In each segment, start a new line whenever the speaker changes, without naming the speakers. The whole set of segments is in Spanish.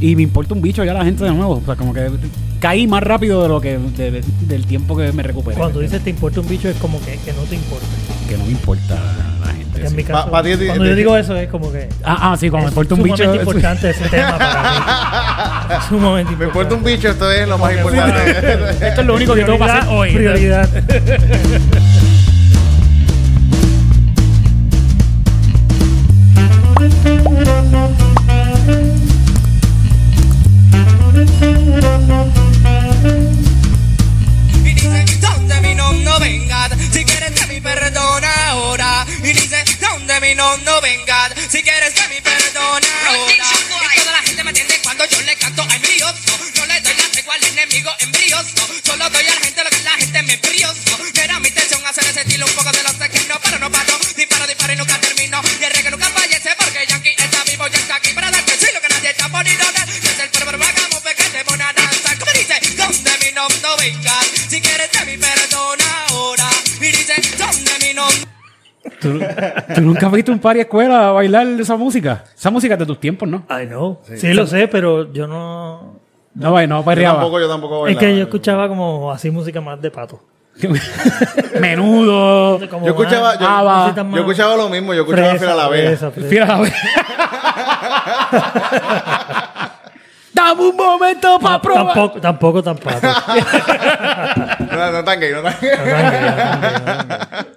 Y me importa un bicho ya la gente de nuevo. O sea, como que caí más rápido de lo que de- del tiempo que me recuperé.
Cuando dices te importa un bicho es como que, que no te importa.
que no me importa la gente.
En
sí.
mi
Pa-
caso,
pa' ti-
cuando
ti-
yo digo eso es como que
Ah, ah, sí, cuando me
es
importa un bicho.
sumamente importante ese tema para mí. Es sumamente importante.
Me importa un bicho, esto es lo más
Como que
importante.
Esto es lo único que tengo que
Prioridad,
hacer hoy.
Prioridad.
Y dice, ¿dónde mi no vengas? Si quieres que mi perdona ahora. Y dice, ¿dónde mi no vengas? Si quieres que mi perdona ahora. Y toda la gente me entiende cuando yo le canto a brioso. No le doy la tregua al enemigo embrioso. Solo doy a la gente lo que la gente me brioso. Era mi intención hacer ese estilo un poco de los tequinos, pero no paro. Disparo, disparo y nunca termino. Y el reggae nunca fallece porque Yankee está vivo y está aquí para darte sí lo que nadie está poniendo. Que es el perro vagabundo que te pone a danzar. Como dice, ¿dónde mi no vengas? Si quieres de mi perdona ahora. Y dice, ¿dónde mi no
¿Tú, tú nunca fuiste a un par de escuelas a bailar esa música? Esa música es de tus tiempos, ¿no?
I know. Sí, lo sé, pero yo no.
No, ba- no pues,
Yo
perreaba.
tampoco, yo tampoco
Es que
bailaba.
yo escuchaba como así música más de pato.
Menudo.
Como
Yo escuchaba-
más-
yo-
ah, música
Yo escuchaba lo mismo, yo escuchaba
fresa,
Fiel a la vez.
fresa, fresa.
Fiera la vez. Dame un momento para probar.
Ah, Tampoco, tampoco tan pato.
No, no tan gay, no tan gay.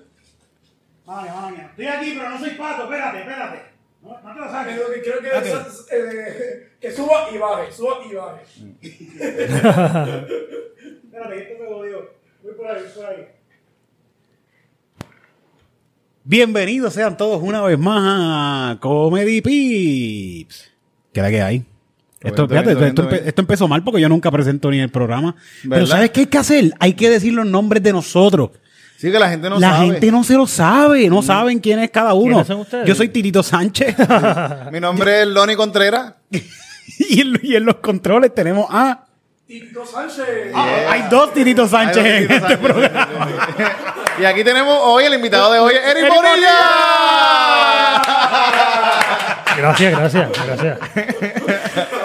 Vale, vale, mía. Estoy aquí, pero no soy pato. Espérate, espérate. No, no te lo saques.
Lo que quiero que, es, eh, que suba y baje, suba y baje.
Espérate, que esto te lo digo. Voy por ahí, voy por ahí.
Bienvenidos sean todos una vez más a Comedy Pips. ¿Qué era que hay? Esto,
Bien,
fíjate,
bien,
esto,
bien,
empe-
bien.
esto empezó mal porque yo nunca presento ni el programa. Pero
¿Verdad?
¿sabes qué hay que hacer? Hay que decir los nombres de nosotros.
Sí, que la gente no
La
sabe. Mm.
gente no se lo sabe, no saben quién es cada uno.
¿Quiénes son ustedes?
Yo soy Tirito Sánchez
Mi nombre es Lonnie Contreras.
y, en, y en los controles tenemos a...
Tito Sánchez.
Hay dos Tirito Sánchez
Ay,
en
Lonnie
este
Sánchez.
programa.
Y aquí tenemos hoy el invitado de hoy, Eric
Eric
Bonilla.
Gracias, gracias, gracias.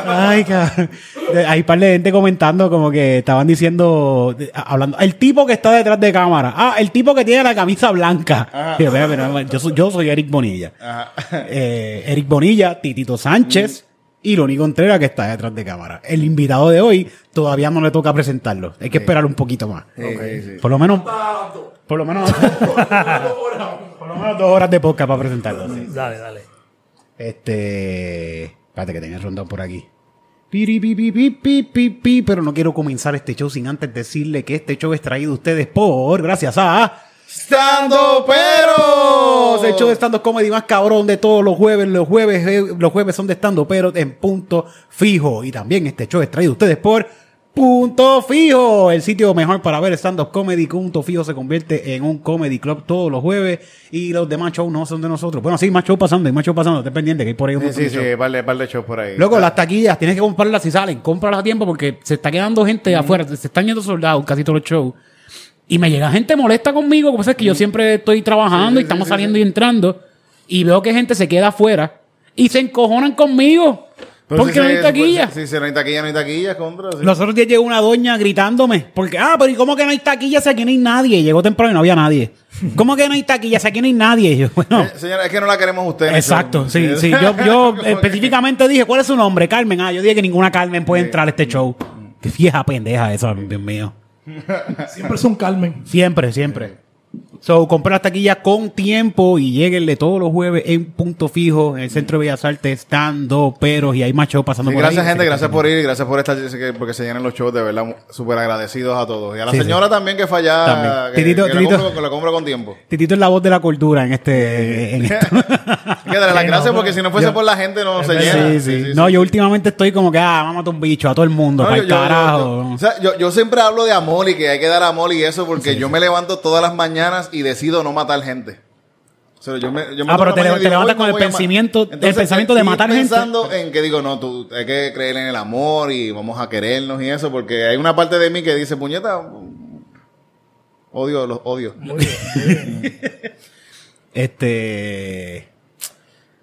Ay, cabrón. De- Hay un par de gente comentando como que estaban diciendo, de- a- hablando, el tipo que está detrás de cámara. Ah, el tipo que tiene la camisa blanca. Y yo, "Mira, mira, yo, soy, yo soy Eric Bonilla. Eh, Eric Bonilla, Titito Sánchez y Loni Contreras que está detrás de cámara. El invitado de hoy todavía no le toca presentarlo. Hay que esperar un poquito más. Por lo menos, por lo menos, por lo menos dos horas de podcast para presentarlo. sí.
Dale, dale.
Este. Espérate que tenía el rondón por aquí. Piri, pi, pi, pi, pi, pi, pi, pero no quiero comenzar este show sin antes decirle que este show es traído a ustedes por, gracias a.
Estando pero.
El show de stand-up comedy más cabrón de todos los jueves. Los jueves, eh, los jueves son de stand-up, pero en punto fijo. Y también este show es traído a ustedes por Punto Fijo. El sitio mejor para ver stand-up comedy. Punto Fijo se convierte en un comedy club todos los jueves. Y los demás shows no son de nosotros. Bueno, sí, más show pasando, y más show pasando. Estén pendiente que hay por ahí un
Sí,
montón
sí,
de shows.
sí, par de, par de shows por ahí.
Loco, las taquillas tienes que comprarlas si salen. Cómpralas a tiempo porque se está quedando gente afuera. Se están yendo soldados casi todos los shows. Y me llega gente molesta conmigo. Como es que yo siempre estoy trabajando y estamos saliendo y entrando. Y veo que gente se queda afuera. Y se encojonan conmigo.
Pero
porque
si
no
se- pues,
hay taquillas.
Si, si no hay taquilla, no hay taquilla, contra. sí.
Los otros días llegó una doña gritándome. Porque, ah, pero ¿y cómo que no hay taquillas si aquí no hay nadie? Llegó temprano y no había nadie. ¿Cómo que no hay taquillas si aquí no hay nadie? Y yo, bueno.
Eh, Señora, es que no la queremos ustedes.
Exacto, sí, sí. Yo, yo específicamente dije, ¿cuál es su nombre? Carmen. Ah, yo dije que ninguna Carmen puede entrar a este show. Qué vieja pendeja esa, Dios mío.
Siempre es un Carmen.
Siempre, siempre. So, compré las taquillas con tiempo y lleguenle todos los jueves en punto fijo en el Centro de Bellas Artes, estando peros y hay más shows pasando por
gracias
ahí.
gente, gracias por ir, gracias por estar, sé que- porque se llenan los shows, de verdad, súper agradecidos a todos. Y a la
Sí, sí.
señora también que falla,
También.
que,
Titito,
que la
Titito.
compro, con- la compro con tiempo.
Titito es la voz de la cordura en este... en esto.
Hay que darle
Sí,
las
no,
gracias
pero-
porque si no fuese
yo-
por la gente no se
Sí,
llena.
sí. No, yo últimamente estoy como que, ah, mámate un bicho a todo el mundo,
No,
para
yo-
el
yo-
carajo.
yo- o sea, yo- yo siempre hablo de amor y que hay que dar amor y eso porque yo me levanto todas las mañanas y decido no matar gente. O sea, yo me- yo me
Ah,
tomo
pero
la
te
mañana
le-
y
te
digo,
levantas con
"Hoy no
el
voy a matar".
pensamiento- el pensamiento de
estoy
matar gente.
pensando en que digo, no, tú hay que creer en el amor y vamos a querernos y eso porque hay una parte de mí que dice, puñeta, odio, los odio.
Este.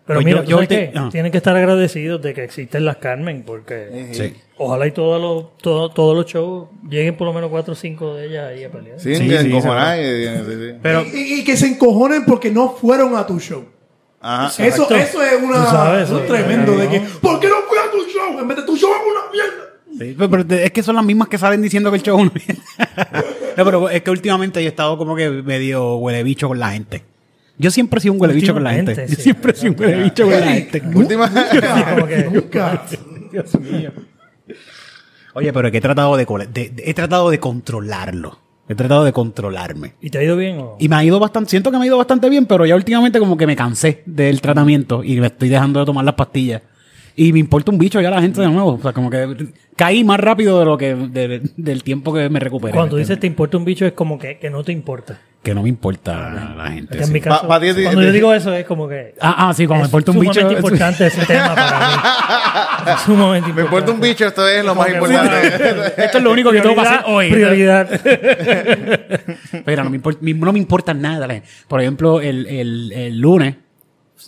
Pero
Pues
mira,
yo-
¿tú
yo
sabes
te-
qué?
ah.
tienen que estar agradecidos de que existen las Carmen, porque
Sí.
ojalá y todos los, todo- todos los shows lleguen por lo menos cuatro o cinco de ellas ahí a pelear.
Sí,
Sí,
que
sí,
encojonar, eh, sí, sí.
Pero,
Y, y- y que se encojonen porque no fueron a tu show.
Ajá.
Eso, eso es una,
Tú sabes,
un
eso es
tremendo de que,
verdad,
¿por qué no fui a tu show? En vez de tu show es una mierda.
sí, pero- pero es que son las mismas que salen diciendo que el show es una mierda. No, pero es que últimamente yo he estado como que medio huele bicho con la gente. Yo siempre he sido un huele bicho con la gente.
Últimamente,
Yo
sí.
siempre he sido un huele bicho con la gente.
Última.
Como que-
Nunca.
Dios mío. Oye, pero que he tratado de, cole- de- de- he tratado de controlarlo. He tratado de controlarme.
¿Y te ha ido bien o...?
Y me ha ido bastante, siento que me ha ido bastante bien, pero ya últimamente como que me cansé del tratamiento y me estoy dejando de tomar las pastillas. Y me importa un bicho ya la gente de nuevo. O sea, como que caí más rápido de lo que de- del tiempo que me recuperé.
Cuando
¿me
dices
entiendes?
te importa un bicho es como que, que no te importa.
que no me importa la- la
Que
gente.
en
sí.
mi caso,
Pa- pa' ti-
cuando
ti-
yo digo eso es como que...
Ah, ah, sí, como me
es
importa un bicho.
sumamente importante ese tema para mí. Es sumamente importante.
Me importa un bicho, esto es lo más
Como que-
importante.
Esto es lo único que tengo que hacer hoy.
Prioridad.
Pero no me importa, mi- no me importa nada. la gente. Por ejemplo, el, el, el lunes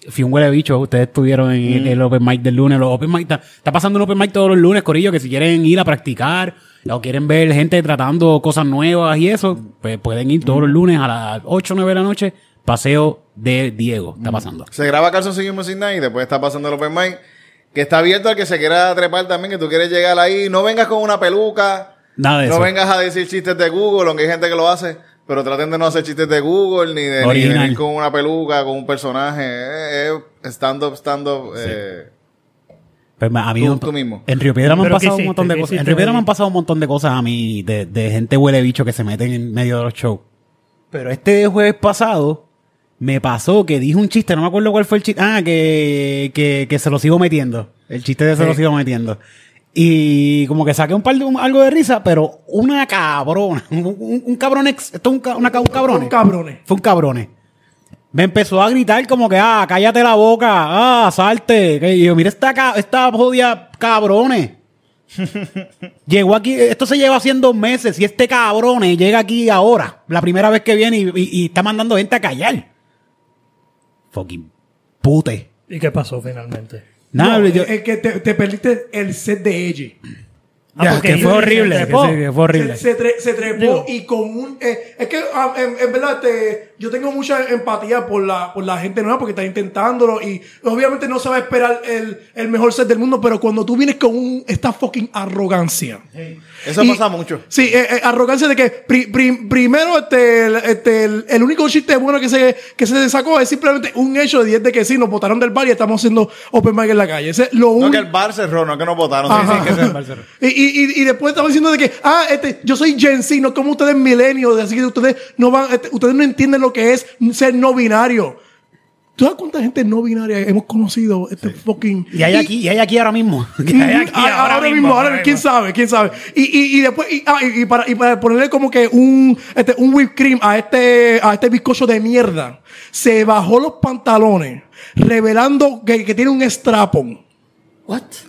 fui un huele bicho. Ustedes estuvieron en
Mm.
el, el open mic del lunes. Los open mic, está, está pasando un open mic todos los lunes, Corillo, que si quieren ir a practicar o quieren ver gente tratando cosas nuevas y eso, pues pueden ir
Mm.
todos los lunes a las 8 o 9 de la noche. Paseo de Diego está
Mm.
pasando.
Se graba Calzoncillo Music Night y después está pasando el Open Mic. Que está abierto al que se quiera trepar también, que tú quieres llegar ahí. No vengas con una peluca.
Nada
Ah,
de
no
eso.
vengas a decir chistes de Google, aunque hay gente que lo hace. Pero traten de no hacer chistes de Google, ni de, ni de
Original.
venir con una peluca, con un personaje. Eh, eh, stand-up, stand-up. eh,
Pues me- a mí
Tú-
me han-
tú mismo.
En Río Piedra me han
¿Pero qué
pasado un
hiciste?
montón de
¿Qué
cosas. En
hiciste
Río Piedra
ahí?
me han pasado un montón de cosas a mí de, de gente huele bicho que se meten en medio de los shows. Pero este jueves pasado me pasó que dije un chiste, no me acuerdo cuál fue el chiste. Ah, que, que, que se lo sigo metiendo. El chiste de se lo sigo metiendo. Y como que saqué un par de un- algo de risa, pero una cabrona, un, un- un cabrón ex, esto es un, ca- una, ca- un cabrón.
Son cabrones.
Fue un cabrón. Me empezó a gritar como que, ah, cállate la boca, ah, salte. Que- Y yo, mira esta, ca- esta jodida cabrones. Llegó aquí, esto se lleva haciendo meses y este cabrón llega aquí ahora, la primera vez que viene y, y- y está mandando gente a callar. Fucking pute.
¿Y qué pasó finalmente?
Nada,
No, eh,
yo-
Es que te, te perdiste el set de ella.
Ya,
Ah, porque
que fue
se
horrible, que,
trepó.
sí, que fue horrible.
Se, se tre- se trepó
Digo.
y con un... eh, es que, ah, en, en verdad, te- yo tengo mucha empatía por la, por la gente nueva porque está intentándolo y obviamente no se va a esperar el, el mejor set del mundo, pero cuando tú vienes con un, esta fucking arrogancia.
eso
Y-
pasa mucho.
Sí, eh, eh, arrogancia de que pri- pri- primero este, el, este, el, el único chiste bueno que se, que se sacó es simplemente un hecho de 10 de que sí, nos botaron del bar y estamos haciendo open mic en la calle. Ese es lo
No
único.
que el bar cerró, no que nos votaron.
Ajá. y, y, y- y después estaba diciendo de que, ah, este, yo soy Gen Z, no como ustedes milenios, así que ustedes no van, este, ustedes no entienden lo que es ser no binario. ¿Tú sabes cuánta gente no binaria hemos conocido este fucking...
Y hay aquí, y hay aquí ahora mismo. Y hay aquí
Ujú, a- ahora, mismo, ahora mismo, quién sabe, quién sabe. Y, y, y después, y, ah, y- y para, y para ponerle como que un, este, un whipped cream a este, a este bizcocho de mierda, se bajó los pantalones, revelando que, que tiene un strapón.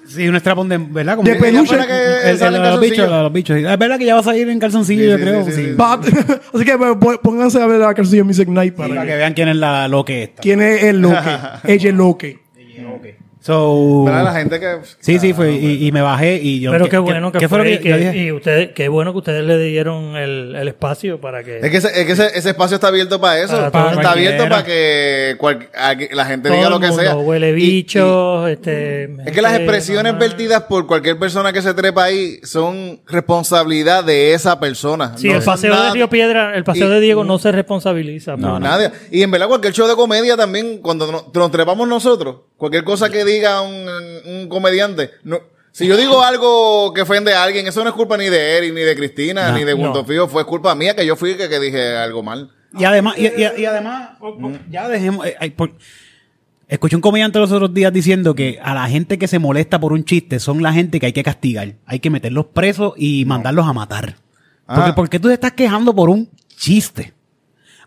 Sí, un strapón de, ¿verdad? Como
De
que-
peluche.
El- el-
Sale en
el- los
calzoncillo.
bichos, los bichos. Es verdad que ya va a salir en calzoncillo,
Sí,
yo
sí,
creo.
sí,
Sí,
sí, sí.
Va- así que pues, pues, pónganse a ver la canción de Music Night para
Para
que-
que vean quién es la, lo que está.
quién es el loque. Ella es loque.
So,
Pero la gente que.
sí, sí, fue. Y, y me bajé y yo.
Pero
¿qué-
qué bueno
qué-
que
qué fue lo
fue
que
y
yo
que-
dije?
y ustedes, qué bueno que ustedes le dieron el, el espacio para que,
Es que, ese, es que ese, ese espacio está abierto para eso.
Para
todo
está
cualquiera.
abierto para que cual- a que la gente diga
todo
lo
el
que
mundo
sea.
huele
Y- y-
bichos, este...
es que las
gente,
expresiones
mamá.
vertidas por cualquier persona que se trepa ahí son responsabilidad de esa persona.
Sí,
No
el
son
paseo de
nada-
Río Piedra, el paseo
y-
de Diego no se responsabiliza.
No,
por-
no.
Nadie. Y en verdad, cualquier show de comedia también, cuando no- nos, trepamos nosotros, cualquier cosa que diga un, un comediante, no- si yo digo algo que ofende a alguien, eso no es culpa ni de Eric, ni de Cristina,
No,
ni de
no.
Guntofío fue culpa mía que yo fui el que, que dije algo mal.
Y además, y, y- y además,
Oh,
o- o- ya dejemos. eh, ay, por- escuché un comediante los otros días diciendo que a la gente que se molesta por un chiste son la gente que hay que castigar. Hay que meterlos presos y mandarlos a matar. Porque,
Ah.
¿Por qué tú te estás quejando por un chiste?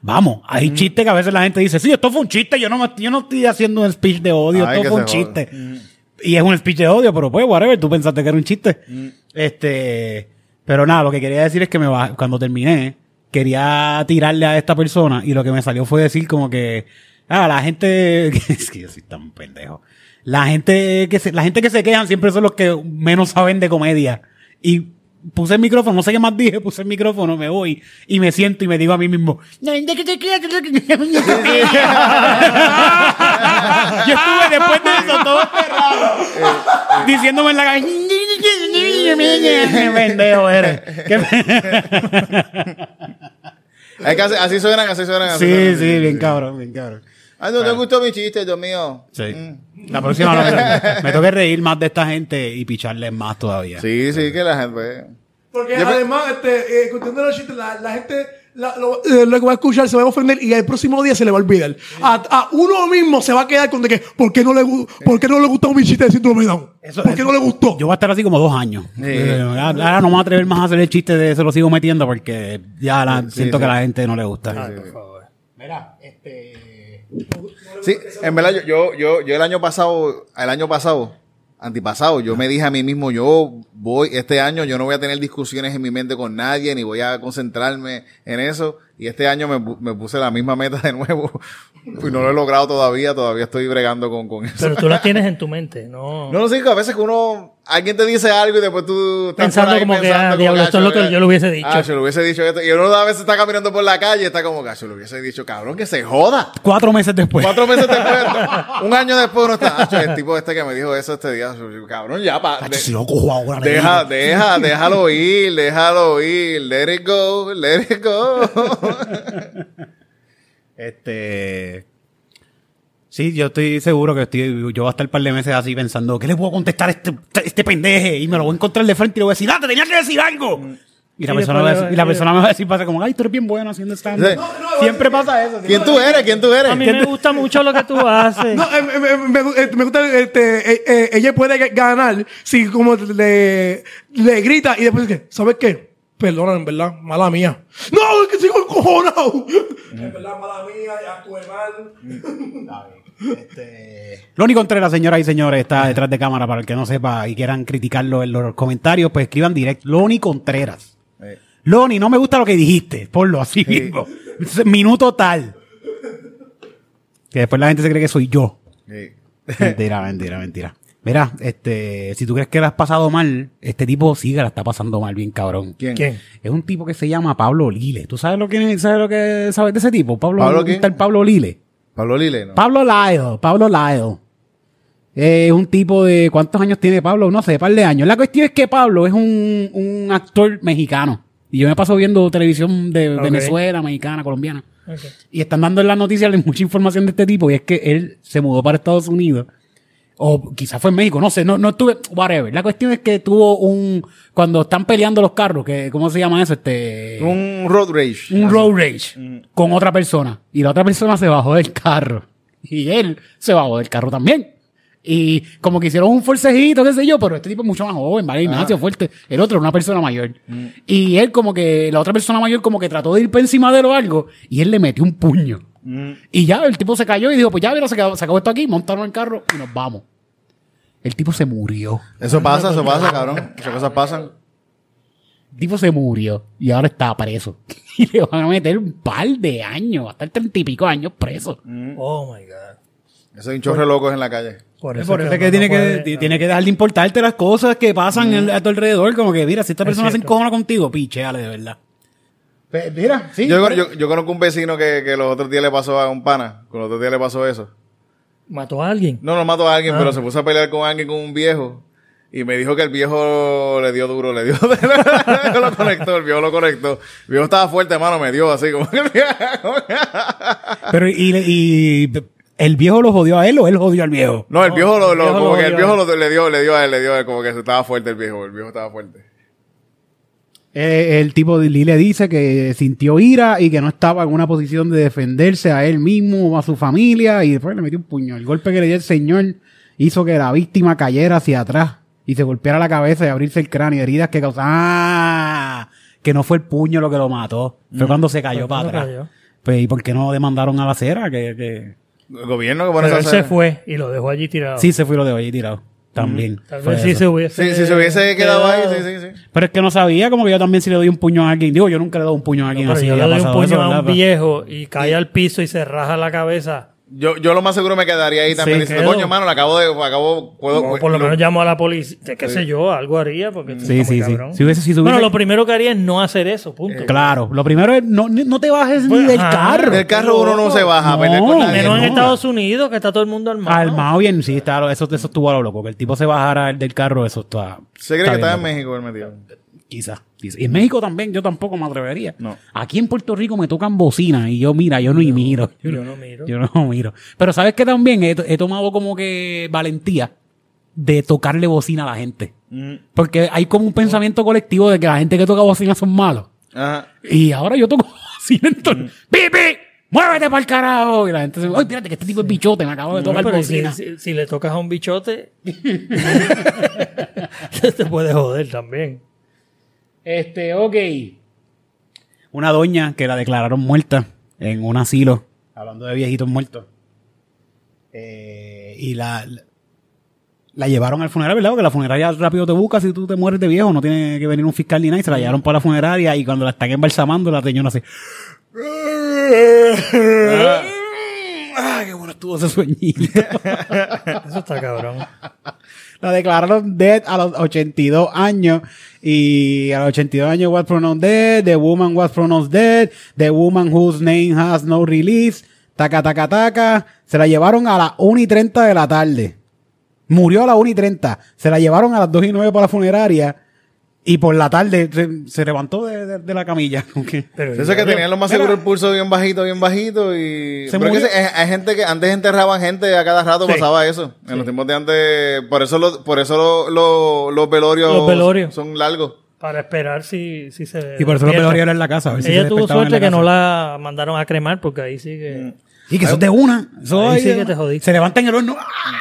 Vamos,
Mm.
hay chistes que a veces la gente dice, sí, esto fue un chiste, yo no, me- yo no estoy haciendo un speech de odio,
Ay,
esto fue un
que se joda.
chiste. Y es un speech de odio, pero pues, whatever, tú pensaste que era un chiste. Este, pero nada, lo que quería decir es que me baj- cuando terminé, quería tirarle a esta persona y lo que me salió fue decir como que, Ah, la gente. Es que yo soy tan pendejo. La gente que se, la gente que se quejan siempre son los que menos saben de comedia. Y puse el micrófono, no sé qué más dije, puse el micrófono, me voy y me siento y me digo a mí mismo. "La gente que se queja, que se queja, que se queja". yo estuve después de eso todo
Eh,
cerrado. diciéndome en la cabeza. Qué pendejo eres. Qué
Hay que hacer- así suenan, así suenan. así
Sí,
suenan.
sí, bien cabrón, bien cabrón.
Ay, no te gustó mi chiste, Dios mío.
Sí. La próxima no, me, me tengo que reír más de esta gente y picharles más todavía.
Sí, sí, que la gente. pues.
Porque
Yo-
además, este, eh, cuestión de los chistes, la, la gente la- lo, eh, lo que va a escuchar se va a ofender y el próximo día se le va a olvidar. A, a uno mismo se va a quedar con de que, ¿por qué no le, gu- ¿por qué no le gustó mi chiste de síndrome de Down?
Eso-
¿Por qué
eso-
no le gustó?
Yo voy a estar así como dos años. Eh, Ahora no me voy a atrever más a hacer el chiste de se lo sigo metiendo porque ya la- siento
sí.
que a la gente no le gusta.
Mira, este.
Sí, en verdad, yo, yo, yo, yo el año pasado, el año pasado, antipasado, yo me dije a mí mismo, yo voy, este año yo no voy a tener discusiones en mi mente con nadie, ni voy a concentrarme en eso. Y este año me, pu- me puse la misma meta de nuevo. Y no lo he logrado todavía, todavía estoy bregando con, con eso.
Pero tú las tienes en tu mente, ¿no?
No, no sé, que a veces que uno, alguien te dice algo y después tú estás
Pensando
por ahí
como que, ah, diablo,
"Gacho,
esto es lo que yo le hubiese dicho".
Ah, yo le hubiese dicho esto. Y uno a veces está caminando por la calle y está como, gacho, le hubiese dicho, cabrón, que se joda.
Cuatro meses después.
Cuatro meses después, ¿no? un año después uno está, "Acho, el tipo este que me dijo eso este día, yo, cabrón, ya, pa, de-
Si lo cojo ahora, le
deja,
digo.
deja, déjalo ir, déjalo ir, let it go, let it go.
Este. Sí, yo estoy seguro que estoy, yo voy a estar un par de meses así pensando, ¿qué le puedo contestar a este, este pendeje? Y me lo voy a encontrar de frente y le voy a decir, ¡ah, te tenía que decir algo!
Mm.
Y la, persona,
Y después
va a
le-
decir- y la
y-
persona me va a decir, pasa como, ay, tú eres bien bueno haciendo stand
Sí. No,
no,
Siempre pasa eso.
¿Quién tú eres? ¿Quién tú eres?
A mí me gusta mucho lo que tú haces.
No, eh, eh, me, me- eh, me gusta, este, eh, eh, ella puede ga- ganar si como le, le grita y después que, ¿sabes qué? Perdona, en verdad, mala mía. No, es que sigo encojonado. En verdad, mala mía, actué mal.
Loni Contreras, señoras y señores, está detrás de cámara para el que no sepa y quieran criticarlo en los comentarios, pues escriban directo. Loni Contreras.
Eh,
Loni, no me gusta lo que dijiste. Ponlo así
Sí.
mismo. Minuto tal. Que después la gente se cree que soy yo.
eh.
Mentira, mentira, mentira. Mira, este, si tú crees que la has pasado mal, este tipo sí que la está pasando mal, bien cabrón.
¿Quién?
¿Quién?
Es un tipo que se llama Pablo Lile. ¿Tú sabes lo que sabes lo que sabes de ese tipo? Pablo,
¿Pablo
un
quién?
tal Pablo Lile.
Pablo Lile, ¿no?
Pablo Lyle, Pablo Lyle. Eh, Es un tipo de. ¿Cuántos años tiene Pablo? No sé, par de años. La cuestión es que Pablo es un, un actor mexicano. Y yo me paso viendo televisión de
Ok.
Venezuela, mexicana, colombiana.
Ok.
Y están dando en las noticias mucha información de este tipo. Y es que él se mudó para Estados Unidos. O quizás fue en México, no sé, no, no estuve. Whatever. La cuestión es que tuvo un. Cuando están peleando los carros, que, ¿cómo se llama eso? Este
Un road rage.
un road rage con otra persona y la otra persona se bajó del carro y él se bajó del carro también. Y como que hicieron un forcejito, qué sé yo, pero este tipo es mucho más joven, ¿vale? Ignacio, fuerte. El otro era una persona mayor. Y él como que, la otra persona mayor como que trató de ir por encima de él o algo y él le metió un puño. Y ya el tipo se cayó y dijo, pues ya, mira, se acabó, se acabó esto aquí, montaron el carro y nos vamos. El tipo se murió.
Eso pasa, eso pasa, cabrón. Esas cosas pasan.
El tipo se murió y ahora está preso. Y le van a meter un par de años, hasta el treinta y pico años preso.
Oh my God.
Eso hay un chorre locos en la calle.
Por
Es por eso que
uno
tiene,
no puede-
que, tiene que dejar de importarte las cosas que pasan en- a tu alrededor. Como que, mira, si esta persona se
cierto.
encojona contigo, picheale de verdad. mira, sí.
Yo, yo, yo conozco un vecino que, que los otros días le pasó a un pana. Con los otros días le pasó eso.
Mató a alguien.
No, no mató a
Ah.
alguien, pero se puso a pelear con alguien, con un viejo. Y me dijo que el viejo le dio duro, le dio. lo conectó, el viejo lo conectó. El viejo estaba fuerte, hermano, me dio así como que el viejo.
Pero, y, y- el viejo lo jodió a él o él jodió al viejo?
No, el viejo lo,
el
lo-
viejo
como
lo
que el
dio.
viejo lo- le dio, le dio a él, le dio a él, como que se estaba fuerte el viejo, el viejo estaba fuerte.
Eh, el tipo de Lile dice que sintió ira y que no estaba en una posición de defenderse a él mismo o a su familia y después le metió un puño. El golpe que le dio el señor hizo que la víctima cayera hacia atrás y se golpeara la cabeza y abrirse el cráneo, heridas que causaban... ¡Ah! Que no fue el puño lo que lo mató, fue cuando se cayó
Mm. Fue cuando
para atrás.
cayó.
Pues, ¿y por qué no demandaron a la cera? Que, que...
El gobierno que pone
Pero él
esa-
se fue y lo dejó allí tirado.
Sí, se fue lo de hoy tirado. También.
Mm. Tal
fue
vez sí
eso.
se hubiese.
Sí, si se hubiese quedado ahí, sí, sí, sí.
Pero es que no sabía, como que yo también si le doy un puño a alguien. Digo, yo nunca le doy un puño a
No,
alguien
pero
así.
yo
ha
le doy un
pasado
puño
eso,
a
¿verdad?
un viejo y cae al piso y se raja la cabeza.
Yo, yo lo más seguro me quedaría ahí también
Sí,
diciendo,
quedo.
coño, hermano, lo acabo de. Acabo, puedo,
O por lo
pues, lo-
menos llamo a la policía, qué sé yo, algo haría porque esto
Sí,
está muy
sí, sí.
cabrón.
Si hubiese- si tuviese-
Bueno, lo primero que haría es no hacer eso,
Eh,
punto.
Claro, lo primero es no, ni- no te bajes
Pues,
ni del
ajá.
carro.
Del carro uno no se baja,
No,
a pelear con nadie.
Menos en
no.
Estados Unidos, que está todo el mundo armado.
Armado bien, sí, está, eso, eso estuvo a lo loco. Que el tipo se bajara del carro, eso está.
Se cree que
bien
estaba en
loco.
México el metido.
Quizás. quizás. Y en México también, yo tampoco me atrevería.
No.
Aquí en Puerto Rico me tocan bocinas y yo, mira, yo no y miro.
Yo no miro.
Yo no miro. Pero sabes que también he, he tomado como que valentía de tocarle bocina a la gente.
Mm.
Porque hay como un pensamiento colectivo de que la gente que toca bocina son malos.
Ajá.
Y ahora yo toco bocina entonces. ¡Pi, pi! ¡Muévete para el carajo! Y la gente se ay, espérate, que este tipo es bichote, me acabo de
Bueno,
tocar
pero si,
bocina.
si- si le tocas a un bichote, te puede joder también.
Este, ok. Una doña que la declararon muerta en un asilo, hablando de viejitos muertos. Eh, y la, la llevaron al funeral, ¿verdad? Porque la funeraria rápido te busca si tú te mueres de viejo, no tiene que venir un fiscal ni nada. Y se la llevaron para la funeraria y cuando la están embalsamando, la señora así. ¡Ah, qué bueno estuvo ese sueñito!
Eso está cabrón.
La declararon dead a los 82 años. Y a los 82 años was pronounced dead. The woman was pronounced dead. The woman whose name has no release. Taca, taca, taca. Se la llevaron a las 1 y 30 de la tarde. Murió a las 1 y 30. Se la llevaron a las 2 y 9 para la funeraria. Y por la tarde se, se levantó de, de- de la camilla. Ok.
Pero
Eso es que tenían lo más seguro el pulso bien bajito, bien bajito. Y.
Se
Pero
murió.
es que se- hay, hay gente que antes enterraban gente a cada rato,
Sí.
pasaba eso. En los tiempos de antes. Por eso, lo- por eso lo- lo- los velorios.
Los velorios.
Son largos.
para esperar si, si se.
Y por eso lo
despierta.
pelorearon en la casa. a ver si
Ella
se
tuvo
despertaban en
suerte
la
que no
casa.
la mandaron a cremar porque ahí sí
Mm.
que.
Y que eso es de una. Eso
Ahí
es
sí
de
que
una.
te jodiste.
Se levanta en el horno. ¡Ah!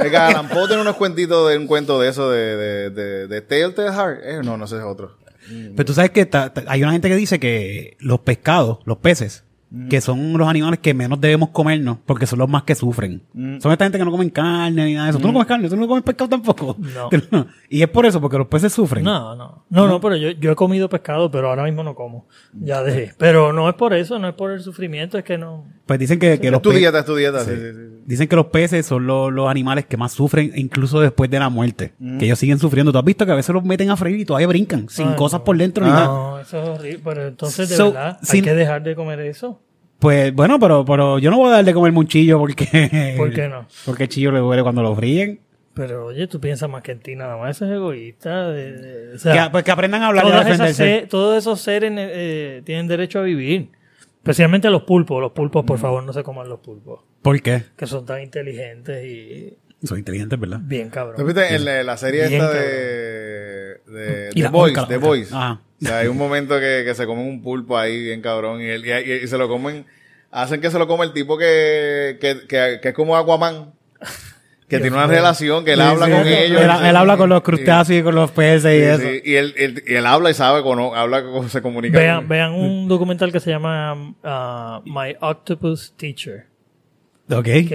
Oiga, Alan Poe tiene unos cuentitos de un cuento de eso, de, de, de, de Tale to the Heart. Eh, no, no sé, es otro.
Pero tú sabes que ta- ta- hay una gente que dice que los pescados, los peces,
Mm.
que son los animales que menos debemos comernos porque son los más que sufren.
Mm.
Son esta gente que no comen carne ni nada de eso. Tú no comes carne, tú no comes pescado tampoco.
No.
Tú no. Y es por eso, porque los peces sufren.
No, no. No, no, pero yo, yo he comido pescado, pero ahora mismo no como. Ya dejé. Pero no es por eso, no es por el sufrimiento, es que no.
Pues dicen que, que
Es
los
tu
pe-
dieta, es tu dieta. Sí, sí, sí.
dicen que los peces son los, los animales que más sufren incluso después de la muerte. Que ellos siguen sufriendo. Tú has visto que a veces los meten a freír y todavía brincan sin
Mm. Ay,
cosas
no. Ah.
por dentro ni nada.
No, eso es horrible. Pero entonces, de
Ah. So,
verdad, hay
sin-
que dejar de comer eso.
Pues bueno, pero, pero yo no voy a darle comer un chillo porque...
¿Por qué no?
Porque el chillo le duele cuando lo fríen.
Pero oye, tú piensas más que en ti, nada más. Eso es egoísta. de- de- o
Que,
sea,
a- pues que aprendan a hablar y a
todas esas
defenderse.
se- todos esos seres eh, tienen derecho a vivir. Especialmente los pulpos. Los pulpos,
Mm.
por favor, no se coman los pulpos.
¿Por qué?
Que son tan inteligentes y
Son inteligentes, ¿verdad?
bien cabrón.
¿Tú viste en la, la serie
Bien
esta
cabrón.
de, de,
Y
The
la
Boys?
orca, la
The
orca.
Boys.
Ajá.
O sea, hay un momento que, que se comen un pulpo ahí bien cabrón y, él- y- y- y se lo comen, hacen que se lo come el tipo que, que, que, que es como Aquaman. Que tiene una relación, que él habla con ellos.
Él,
sí.
él habla con los
Sí,
crustáceos y con los peces y
sí,
eso.
sí. Y él, él- y él habla y sabe, cono- habla, con- se comunica.
Vean,
con-
vean un documental que se llama um, ah, My Octopus Teacher,
Ok.
que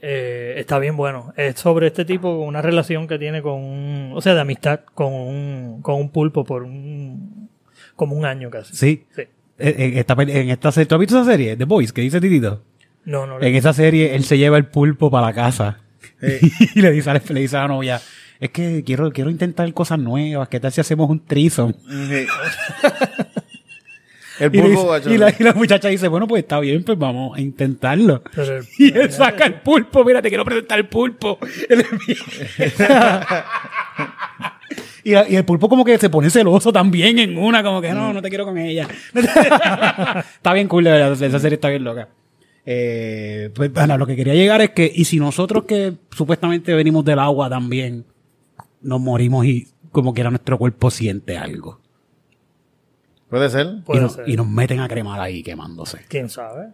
eh, está bien bueno. Es sobre este tipo, una relación que tiene con un, o sea, de amistad con un, con un pulpo por un, como un año casi.
Sí.
Sí.
En en esta, peli- en esta serie, ¿tú has visto esa serie? The Boys, que dice Titito.
No, no.
En esa serie, él se lleva el pulpo para la casa. y le dice, a la- le dice a la novia, es que quiero, quiero intentar cosas nuevas, ¿qué tal si hacemos un trison?
Sí. el
Y, le dice-
pulpo, gacho.
y la, y la muchacha dice, bueno, pues está bien, pues vamos a intentarlo.
Pero el-
Y él saca el pulpo, mira, te quiero presentar el pulpo. Él empieza- y, la- y el pulpo como que se pone celoso también en una, como que no, no te quiero con ella. está bien cool, de verdad, esa serie está bien loca. Eh, pues bueno, lo que quería llegar es que, y si nosotros que supuestamente venimos del agua también, nos morimos y como quiera nuestro cuerpo siente algo.
Puede ser.
Y,
Puede
nos-
ser.
y nos meten a cremar ahí quemándose.
¿Quién sabe?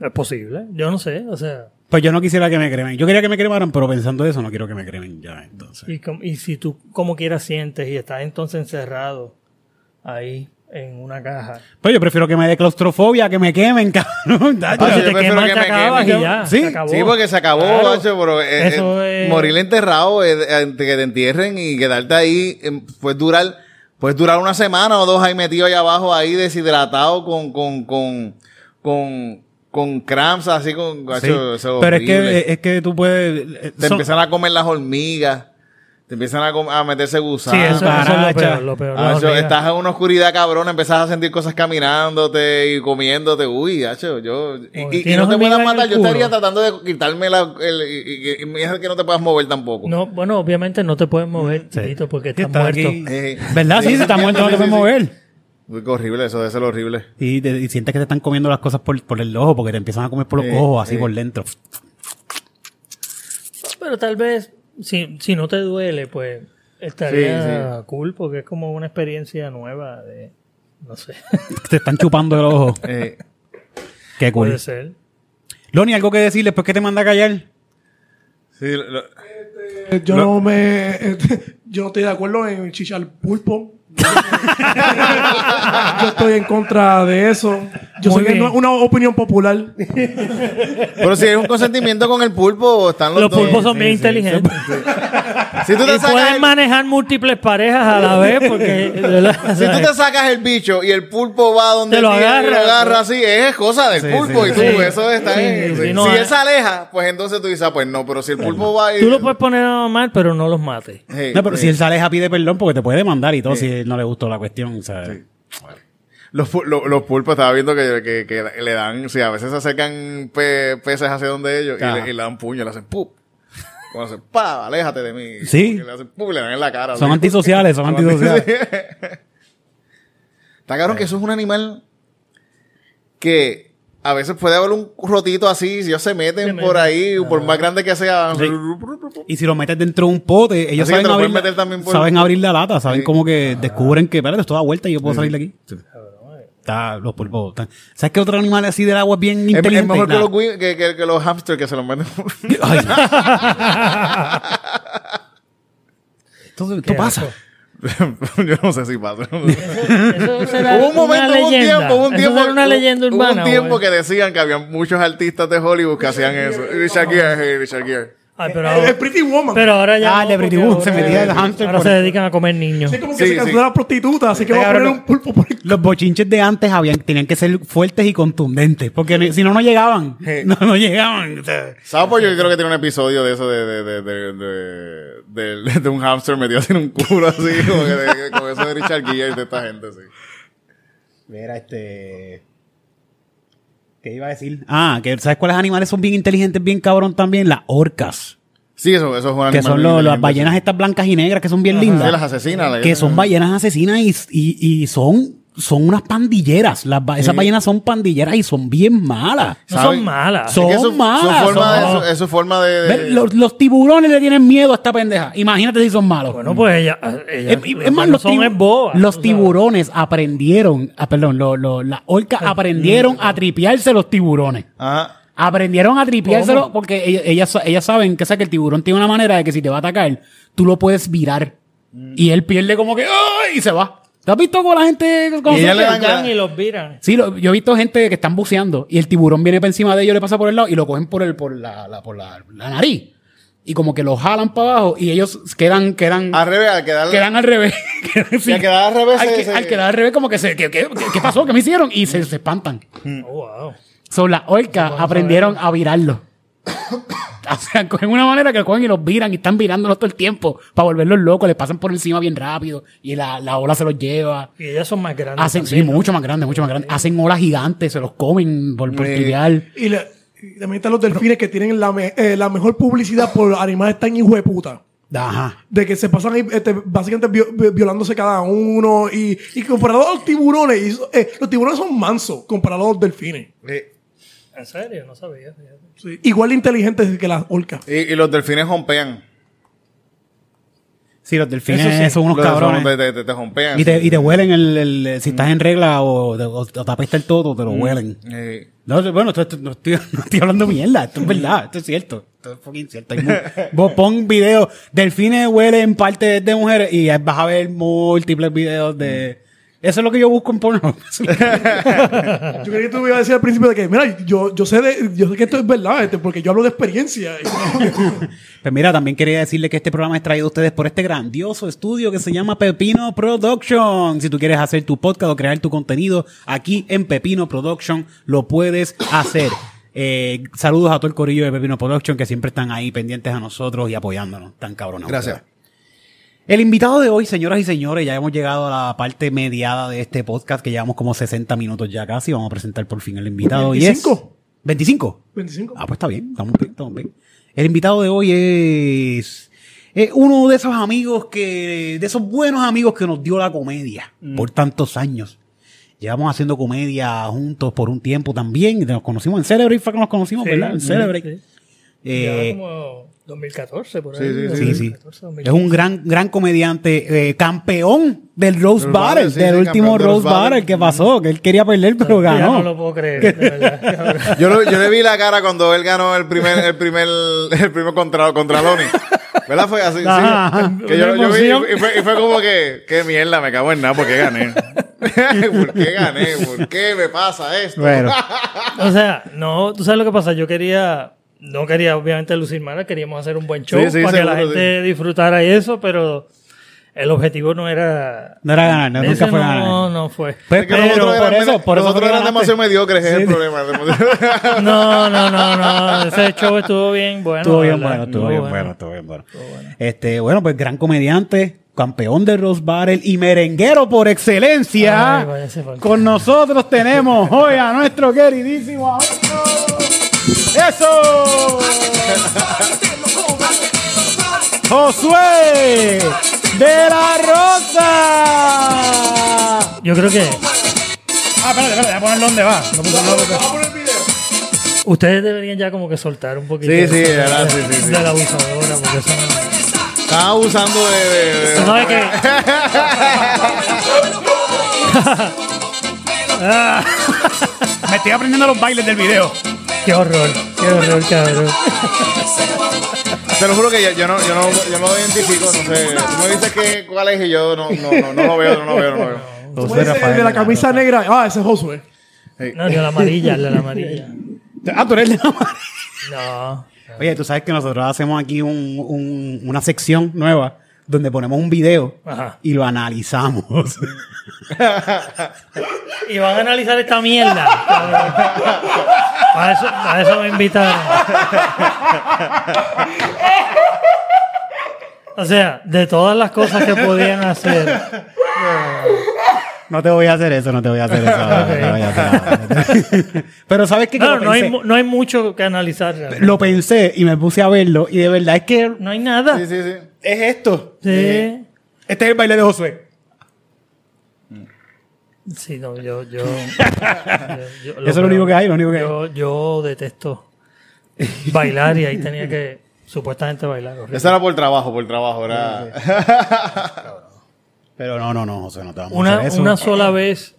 Es posible. Yo no sé. O sea,
Pues yo no quisiera que me cremen. Yo quería que me cremaran, pero pensando eso, no quiero que me cremen ya, entonces.
y, com- y si tú como quieras sientes y estás entonces encerrado ahí en una caja.
Pues yo prefiero que me dé claustrofobia, que me quemen, cabrón. Ya,
Ah,
Pero
yo
te
prefiero
quemas,
que
te
me
acabas
quemen,
y ya.
sí,
se acabó.
Sí, porque se acabó,
Claro.
macho, pero eh,
Eso
eh,
es-
morir enterrado, eh, eh, que te entierren y quedarte ahí, eh, puedes durar, puedes durar una semana o dos ahí metido allá abajo, ahí deshidratado con, con, con, con, con cramps así con
Sí.
gacho, eso
Pero es
eh,
horrible.
que, es que tú puedes. eh,
te
son-
empiezan a comer las hormigas, te empiezan a, com- a
Sí,
meterse
eso,
gusanos.
eso es lo
cucaracha.
peor, lo peor.
Ah,
las
eso,
hormigas.
estás en una oscuridad cabrón, empezás a sentir cosas caminándote y comiéndote. Uy, gacho, yo. Y,
Uy,
y- y
¿tienes
no te
hormiga
puedas
en
matar,
el
yo
culo?
estaría tratando de quitarme la. El, y, y- y me dice que no te puedas mover tampoco.
No, bueno, obviamente no te puedes mover, chiquito, porque
que
estás
está
muerto.
aquí.
Eh,
¿Verdad? Sí, si estás
sí,
muerto no
sí,
te puedes
sí, sí.
mover.
Uy, qué horrible, eso debe ser horrible.
Y, te- y sientes que te están comiendo las cosas por, por el ojo, porque te empiezan a comer por los
Eh,
ojos, así
eh.
por dentro.
Pero tal vez, si, si no te duele, pues estaría cool, porque es como una experiencia nueva de. No sé,
Te están chupando el ojo.
Eh,
Qué cool.
puede ser.
Loni, ¿algo que decir después que te manda a callar?
sí, lo-
Eh, Yo no me. eh, Yo no estoy de acuerdo en chichar pulpo. yo estoy en contra de eso. Yo
Muy
sé que
bien.
no es una opinión popular.
pero si hay un consentimiento con el pulpo, están los,
Los
dos.
pulpos son bien inteligentes.
Si tú te
Y
sacas
pueden
el-
manejar múltiples parejas a la vez, porque. de la- o
Si
sea,
tú te sacas el bicho y el pulpo va donde
Te lo
ti y
agarra.
lo agarra así, es cosa del pulpo. y tú,
sí.
pues, eso está
Sí,
en-
sí,
sí.
no,
si
ah.
él se aleja, pues entonces tú dices, ah, pues no, pero si el pulpo va y.
tú lo puedes poner a mal, pero no los mates.
Sí,
no, pero
sí.
si él se aleja, pide perdón porque te puede demandar y todo si él no le gustó la cuestión. o sea.
Los, pu- lo- los pulpos, estaba viendo que, que- que le dan, si a veces se acercan pe- peces hacia donde ellos y
Ajá.
le, y le dan puño, le hacen pup. Cuando hacen pa, aléjate de mí.
Sí.
Y le hacen pup, le dan en la cara.
Son
así.
antisociales, son antisociales.
Está claro que eso es un animal que a veces puede haber un rotito así, si ellos se meten
Se
por
meten.
ahí, por más grande que sea.
Sí. Y si lo metes dentro de un pote, ellos
Así que te
saben
lo pueden
abrir,
meter también por-
saben abrir la lata, saben
Sí.
como que descubren que, espérate, esto da vuelta y yo puedo salir de aquí. Está, los pulpos. están- ¿Sabes qué otro animal así del agua es bien
Es, es
inteligente?
mejor que
Nah.
los, wi- que, que- que los hamsters que se los meten.
Ay, no. Esto, esto
Qué
pasa.
asco.
Yo no sé si pasa.
Eso será
Hubo un momento,
una
hubo un
leyenda.
tiempo, hubo un
Eso
tiempo.
será una
hubo-
leyenda
hubo
urbana.
un tiempo
güey.
que decían que había muchos artistas de Hollywood que hacían eso. Y Shakira, hey, Shakira.
Ay, pero,
El, el
ahora,
Pretty Woman.
Ah, Eh, pero ahora ya.
Ah,
no,
de Pretty
porque
Woman, se
ahora-
metía el hamster
Ahora
por-
se dedican a comer niños.
es como que
Sí,
se
sí.
cancelaron las prostitutas, así que va a poner
Cabrón,
un pulpo por el
Los bochinches de antes habían, tenían que ser fuertes y contundentes, porque ni- si no, no llegaban.
Sí.
No, no llegaban. o sea.
Sapo, yo creo que tiene un episodio de eso de, de, de, de, de, de- de un hamster metido así en un culo así, como que de- con eso de Richard Gere y de esta gente así.
Mira, este. ¿Qué iba a decir? Ah, que ¿sabes cuáles animales son bien inteligentes, bien cabrón también? Las orcas.
Sí, eso, eso es un animal.
Que son
bien
lo- las
inteligente.
ballenas estas blancas y negras que son bien lindas.
Sí, las asesinas. las-
que son ballenas asesinas y, y- y son, son unas pandilleras. Las, ba- Esas
Sí.
ballenas son pandilleras y son bien malas.
No
¿saben?
son malas.
Son-
Es que su-
malas,
Su forma,
son-
de, su, es su forma de... de-
Ve, Los, los tiburones le tienen miedo a esta pendeja. Imagínate si son malos.
Bueno, pues ella. ella-
Es- es más,
no
los,
son
tibu-
es boba,
los
tú sabes.
tiburones aprendieron, ah, perdón, lo- lo- las orcas
Pues,
aprendieron a tripearse los tiburones.
Ajá.
Aprendieron a tripeárselo porque ella- ellas, sa- ellas saben que, o sea, que el tiburón tiene una manera de que si te va a atacar, tú lo puedes virar.
Mm.
Y él pierde como que ¡ay! y se va. ¿Te has visto con la gente? cuando
Y
se
ella le
pierde?
dan
Van y los viran.
Sí, lo- yo he visto gente que están buceando y el tiburón viene para encima de ellos, le pasa por el lado y lo cogen por el, por la, la- por la, la nariz. Y como que lo jalan para abajo y ellos quedan, quedan,
Al revés, al quedarle...
quedan al revés. Quedan
y al
así.
quedar al revés...
Al
se-
que-
se-
al quedar al revés, como que se, ¿qué, qué, qué pasó? ¿Qué me hicieron? Y se, se espantan.
Oh, wow.
Son las orcas aprendieron a virarlo. o sea, cogen una manera que cogen y los viran y están virándolos todo el tiempo para volverlos locos, les pasan por encima bien rápido y la, la ola se los lleva.
Y ellas son más grandes.
Hacen, sí,
también, ¿no?
mucho más grandes, mucho más grandes. Hacen olas gigantes, se los comen por, por
Sí.
trivial.
Y, le- y también están los delfines que tienen la, me- eh, la mejor publicidad por animales tan hijo de puta.
Ajá.
De que se pasan ahí, este, básicamente vi- vi- violándose cada uno. Y, y comparado a los tiburones, y so- eh, los tiburones son mansos comparado a los delfines.
Sí.
En serio, no sabía. fíjate.
Sí, Igual de inteligentes que las orcas.
Y, y los delfines hompean.
Sí, los delfines
Eso sí.
son unos
Los
cabrones.
Te, te, te- te hompean.
Y te, y te huelen el, el- si estás en regla o, te- o- o te apesta el todo, te lo huelen.
Sí.
No, no, bueno, esto- esto- no, estoy, no estoy hablando mierda, esto es verdad, esto es cierto. Esto es fucking cierto. Hay mu- Vos pon videos, delfines huelen en parte de mujeres y vas a ver múltiples videos de Eso es lo que yo busco en porno.
Yo creí que tú me ibas a decir al principio de que, mira, yo, yo, sé, de- yo sé que esto es verdad, este, porque yo hablo de experiencia.
Pues mira, también quería decirle que este programa es traído a ustedes por este grandioso estudio que se llama Pepino Production. Si tú quieres hacer tu podcast o crear tu contenido aquí en Pepino Production, lo puedes hacer. Eh, saludos a todo el corillo de Pepino Production que siempre están ahí pendientes a nosotros y apoyándonos. Tan cabronados.
Gracias.
El invitado de hoy, señoras y señores, ya hemos llegado a la parte mediada de este podcast que llevamos como 60 minutos ya casi. Vamos a presentar por fin el invitado.
¿25?
Y es... ¿25?
25.
Ah, pues está bien, estamos bien, estamos bien. El invitado de hoy es, es uno de esos amigos que, de esos buenos amigos que nos dio la comedia
Mm.
por tantos años. Llevamos haciendo comedia juntos por un tiempo también. Nos conocimos en Celebrate, fue que nos conocimos,
Sí,
¿verdad? En
sí,
Celebrate.
sí.
Eh,
Ya como 2014, por
Sí,
ahí.
sí, sí,
Sí, sí.
2014,
Es un gran, gran comediante, eh, campeón del Rose
Rose
Battle,
Battle, sí,
del
sí,
último
campeón de
Rose
Rose
Battle,
Battle.
que pasó, que él quería perder, pero
Ya
ganó.
no lo puedo creer, de verdad. cabrón.
Yo, lo- yo le vi la cara cuando él ganó el primer, el primer, el primer contra, contra Loni. ¿Verdad? Fue así. sí.
Ajá, ajá.
Que yo,
Una
yo vi
emoción.
y fue, y fue como que, qué mierda, me cago en nada, ¿por qué gané? ¿Por qué gané? ¿Por qué me pasa esto?
Bueno.
O sea, no, tú sabes lo que pasa. Yo quería, no quería obviamente lucir mal, queríamos hacer un buen show
Sí, sí,
para que la
seguro,
gente disfrutara y eso, pero el objetivo no era.
No era ganar, no,
Ese
nunca fue ganar.
No, no fue.
Pues,
Es que nosotros
pero por
eran-
eso, por eso tú
nosotros eran
ganaste.
demasiado mediocres, es
Sí.
el problema. demasiado-
No, no, no, no. Ese show estuvo bien bueno.
Estuvo bien
Ah, ¿verdad?
bueno, estuvo bien bueno,
bueno.
estuvo bien bueno. Este, bueno, pues gran comediante, campeón de Rose Battle y merenguero por excelencia.
Ay, vaya, se fue.
Con nosotros tenemos hoy a nuestro queridísimo amigo. ¡Eso! ¡Josué de la Rosa!
Yo creo que
Ah, espérate, espérate, voy a ponerlo donde va.
ustedes deberían ya como que soltar un poquito.
Sí,
de-
sí,
de-
verdad, sí, sí, sí.
de la abusadora, porque eso no.
Estaba abusando de... de- de-
Tú sabes que. Ah,
Me estoy aprendiendo los bailes del video.
qué horror, qué horror, cabrón.
Te lo juro que yo, yo no, yo, no, yo no lo identifico, no sé. Tú me dices que, cuál es y yo no, no, no, no lo veo, no lo veo, no lo veo.
Como dice el de la camisa negra, ah, ese es Josué.
No, yo la amarilla, el de la amarilla.
Ah, tú eres el de la
No.
Oye, tú sabes que nosotros hacemos aquí un- un- una sección nueva donde ponemos un video
Ajá.
y lo analizamos.
Y van a analizar esta mierda. cabrón. Para eso, para eso me invitaron. O sea, de todas las cosas que podían hacer.
no te voy a hacer eso, no te voy a hacer eso. no te voy a hacer eso. Pero sabes qué? que
Claro,
lo,
no hay,
pensé,
mu- no hay mucho que analizar. realmente.
lo pensé y me puse a verlo y de verdad es que
No hay nada.
Sí, sí, sí.
es esto.
Sí.
Este es el baile de Josué.
Sí, no, yo. yo, yo- yo-
Eso es lo único que hay, lo único que hay.
yo, yo detesto bailar y ahí tenía que supuestamente bailar. horrible.
Eso era por trabajo, por trabajo, era...
Pero no, no, no, Josué, no te vamos a
Una,
hacer eso.
una sola vez,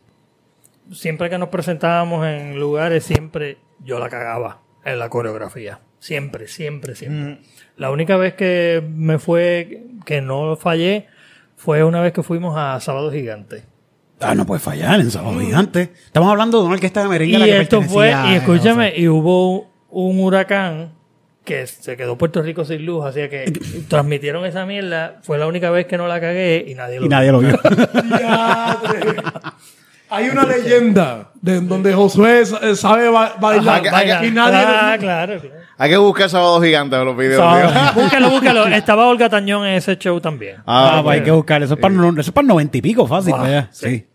siempre que nos presentábamos en lugares, siempre yo la cagaba en la coreografía. Siempre, siempre, siempre. La única vez que me fue, que no fallé, fue una vez que fuimos a Sábado Gigante.
Ah, no puede fallar en Sábado Gigante. Estamos hablando de una orquesta de merengue a la
y
que
esto fue,
pertenecía,
y
eh,
escúchame,
Josué.
y hubo un huracán que se quedó Puerto Rico sin luz, así que transmitieron esa mierda. Fue la única vez que no la cagué y nadie lo
Y
vio.
nadie lo vio.
Diadre. Hay una leyenda de donde Josué sa- eh, sabe ba- bailar
Ajá,
Vaya,
y nadie.
ah, claro, claro.
Hay que buscar sábado gigante de los videos, tío.
búscalo, búscalo. Estaba Olga Tañón en ese show también.
Ah,
Ah,
pues hay que buscar. Eso es para, no- eso es para noventa y pico, fácil.
Wow,
vaya.
sí.
Sí.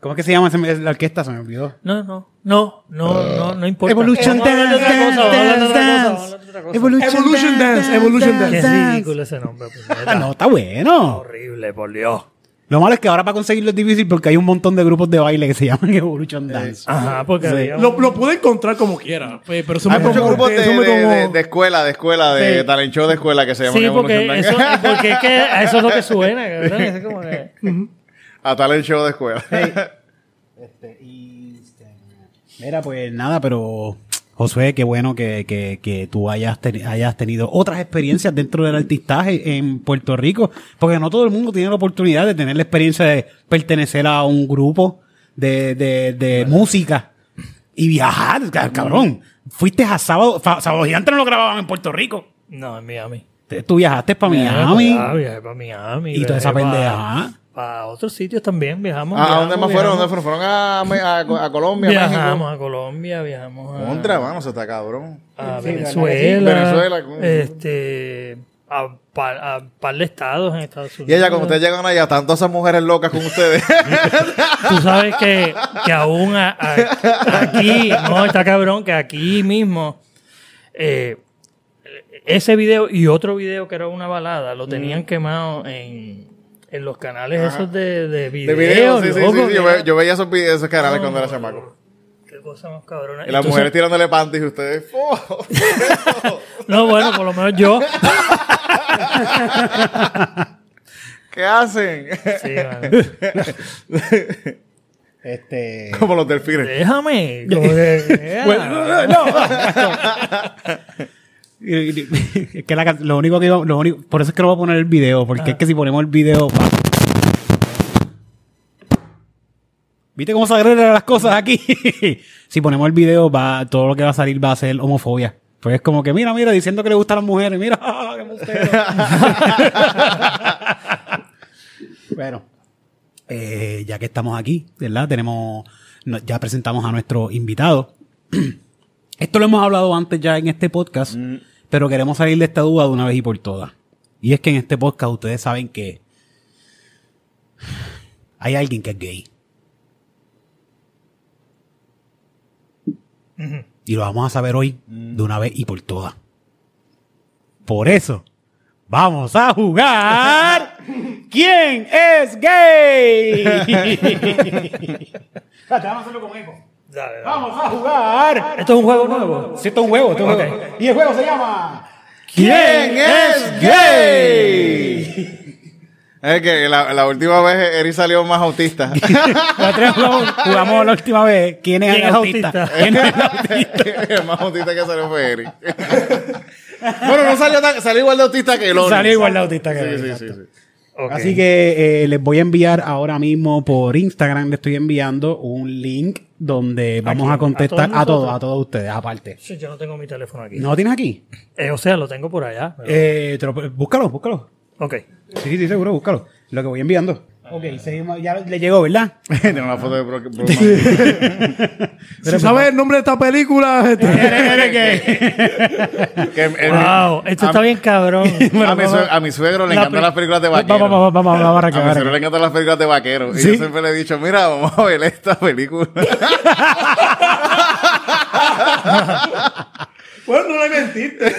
¿Cómo es que se llama ese- la orquesta? Se me olvidó.
No, no, no, no, no, no importa.
Evolution
Vamos a hablar de
Dance,
otra cosa, vamos a hablar de
Dance,
otra cosa, vamos a
Dance.
hablar de otra cosa.
Evolution Dance, Evolution
Qué
Dance.
ridículo ese nombre. puñeta.
Ah, no, está bueno.
Horrible, por Dios.
Lo malo es que ahora para conseguirlo es difícil porque hay un montón de grupos de baile que se llaman Evolution
Eh,
Dance.
Ajá, porque
Sí.
había un-
Lo, lo pude encontrar como quiera, pe- pero eso
Hay
me
muchos
como-
grupos de,
eso me
de- de-
como-
de escuela, de escuela, de
Sí.
talent show de escuela que se llaman
Sí, porque
Evolution
eso,
Dance.
porque es que a eso es lo que suena, cabrón. Es como que-
A talent show de escuela.
Este, y, este, Mira, pues nada, pero Josué, qué bueno que, que, que tú hayas, teni- hayas tenido otras experiencias dentro del artistaje en Puerto Rico, porque no todo el mundo tiene la oportunidad de tener la experiencia de pertenecer a un grupo de, de, de música y viajar, ca- cabrón. Fuiste a sábado, fa- sábado gigante no lo grababan en Puerto Rico.
No, en Miami.
Te- Tú viajaste para Miami.
Viajé para Miami.
Y toda esa
viajé pa-
pendeja.
Para otros sitios también viajamos.
¿A, a dónde
viajamos,
más fueron? ¿A ¿Dónde
viajamos.
fueron? ¿Fueron a, Me- a, a Colombia, a México?
Viajamos a Colombia, viajamos a,
Contra, mano, se está cabrón.
a
Sí,
Venezuela.
Venezuela, coño.
Este, a par, a par de estados en Estados Unidos.
Y ella, cuando ustedes llegan allá, tanto esas mujeres locas con ustedes.
Tú sabes que, que aún a- a- aquí, no, está cabrón, que aquí mismo, eh, ese video y otro video que era una balada, lo
Mm.
tenían quemado en, en los canales esos de, de
de
video.
video, sí, sí, sí.
loco,
sí.
que
Yo,
era- Oh,
ve- yo veía esos, videos, esos canales cuando era chamaco.
Qué cosa más cabrona.
Y las
Entonces-
mujeres tirándole panties y ustedes. ¡oh!
No, bueno, por lo menos yo.
¿Qué hacen?
Sí, mano.
Este.
Como los delfines.
Déjame. como que-
Bueno, no. es que la can- lo único que iba, lo único, por eso es que no voy a poner el video, porque es que si ponemos el video. pa- ¿Viste cómo se agregan las cosas aquí? si ponemos el video, va, todo lo que va a salir va a ser homofobia. Pues es como que, mira, mira, diciendo que le gustan las mujeres, mira, ah, qué embustero. bueno, eh, ya que estamos aquí, ¿verdad? Tenemos, no- ya presentamos a nuestro invitado. Esto lo hemos hablado antes ya en este podcast, pero queremos salir de esta duda de una vez y por todas. Y es que en este podcast ustedes saben que hay alguien que es gay. Y lo vamos a saber hoy de una vez y por todas. Por eso, vamos a jugar. ¿Quién es gay? Vamos a hacerlo con eco.
Dale, dale.
Vamos a jugar.
Esto es un juego nuevo.
Sí, esto es un huevo, esto es un
Ok.
huevo. Y el juego se llama.
¿Quién es gay? Es que la, la última vez Eri salió más autista.
Los tres jugamos, jugamos la última vez. ¿Quién es,
¿Quién
el
es
autista?
autista?
¿Quién es el autista?
El más autista que salió fue Eri. bueno, no salió tan, salió igual de autista que Loni.
Salió igual de autista que
Sí,
él,
sí,
exacto.
sí, sí.
Ok.
Así que eh, les voy a enviar ahora mismo por Instagram, le estoy enviando un link donde vamos
quién?
a contestar a
¿A todos
todos,
nosotros?
a todos ustedes, aparte.
Sí, Yo no tengo mi teléfono aquí.
¿No lo tienes aquí?
Eh, o sea, lo tengo por allá. pero-
Eh, te lo- búscalo, búscalo.
Ok.
Eh, Sí, sí, seguro, búscalo. Lo que voy enviando. Ok, seguimos, ya le llegó, ¿verdad?
Tiene una foto de Bro- Brockman.
Si sabes el nombre de esta película, este,
Que el- el-
eh,
Wow, esto
a-
está bien cabrón.
a, mi sue- a mi suegro le
La
encantan
pri-
las películas de
Vamos,
vaqueros.
vamos, vamos, vamos, vamos,
A
barraca,
mi
barraca.
suegro le encantan las películas de vaqueros. Y
¿Sí?
yo siempre le he dicho, mira, vamos a ver esta película.
bueno, no le mentiste.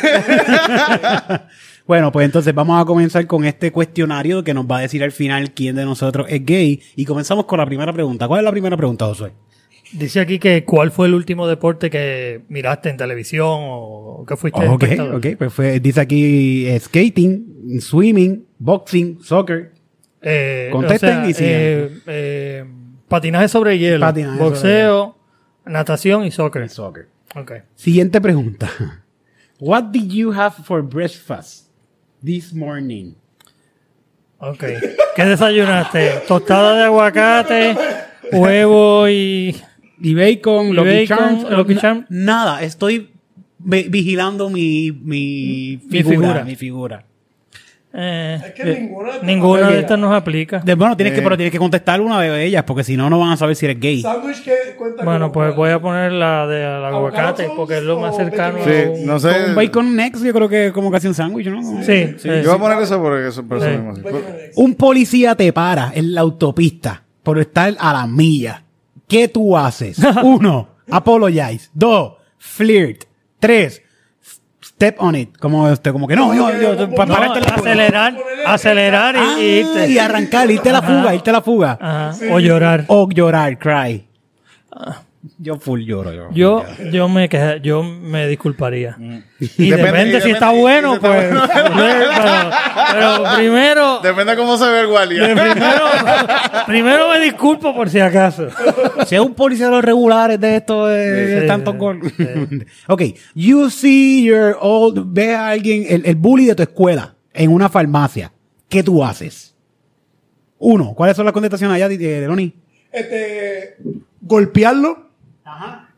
Bueno, pues entonces vamos a comenzar con este cuestionario que nos va a decir al final quién de nosotros es gay. Y comenzamos con la primera pregunta. ¿Cuál es la primera pregunta, Josué?
Dice aquí que cuál fue el último deporte que miraste en televisión o que fuiste.
Ok,
espectador?
ok, pues fue- dice aquí eh, skating, swimming, boxing, soccer.
Eh,
Contesten
o sea,
y sigan.
eh, eh, patinaje sobre hielo,
Patinaje sobre
boxeo, natación y soccer.
Soccer.
Ok.
Siguiente pregunta. What did you have for breakfast this morning?
Ok. ¿Qué desayunaste? Tostada de aguacate, huevo y.
Y bacon, Lucky
Bacon,
Charms,
Lucky
na-
Charms.
Nada, estoy ve- vigilando mi, mi, figura,
figura.
mi figura.
eh,
que ninguna-
ninguna de estas nos aplica.
De- bueno, tienes que, pero tienes que contestar una de ellas, porque si no, no van a saber si eres gay.
Sándwich que cuenta
Bueno,
como-
pues voy a poner la de al aguacate
Avocados
porque es lo más
o
cercano. a
Sí,
un-
no sé.
Con bacon next, yo creo que es como casi un sándwich, ¿no? Como-
Sí, sí,
Yo voy a poner eso porque eso por eso
Sí.
mismo, sí.
Un policía te para en la autopista por estar a la milla. ¿Qué tú haces? Uno, apologize. Dos, flirt. Tres, step on it. Como, este, como que no, yo, yo, yo, pa-
No,
pararte en la-
acelerar, acelerar y,
Ah,
y Oh, irte.
y arrancar, irte a la fuga, irte a la fuga.
Ajá, O llorar.
O llorar, cry. Yo full lloro. Yo,
Ah. Yo, yo, me, queja- yo me disculparía. Y
Depende-
depende,
y
si está
depende-
bueno,
y si
pues.
está
pero, pero primero,
Depende de cómo se ve el guardia.
primero, primero me disculpo por si acaso.
Si es un policía de los regulares de esto, de, de
sí,
tantos
sí,
gol. ok, you see your old, ve a alguien, el, el bully de tu escuela, en una farmacia. ¿Qué tú haces? Uno, ¿cuáles son las contestaciones allá, eh, Deloni?
Este, golpearlo.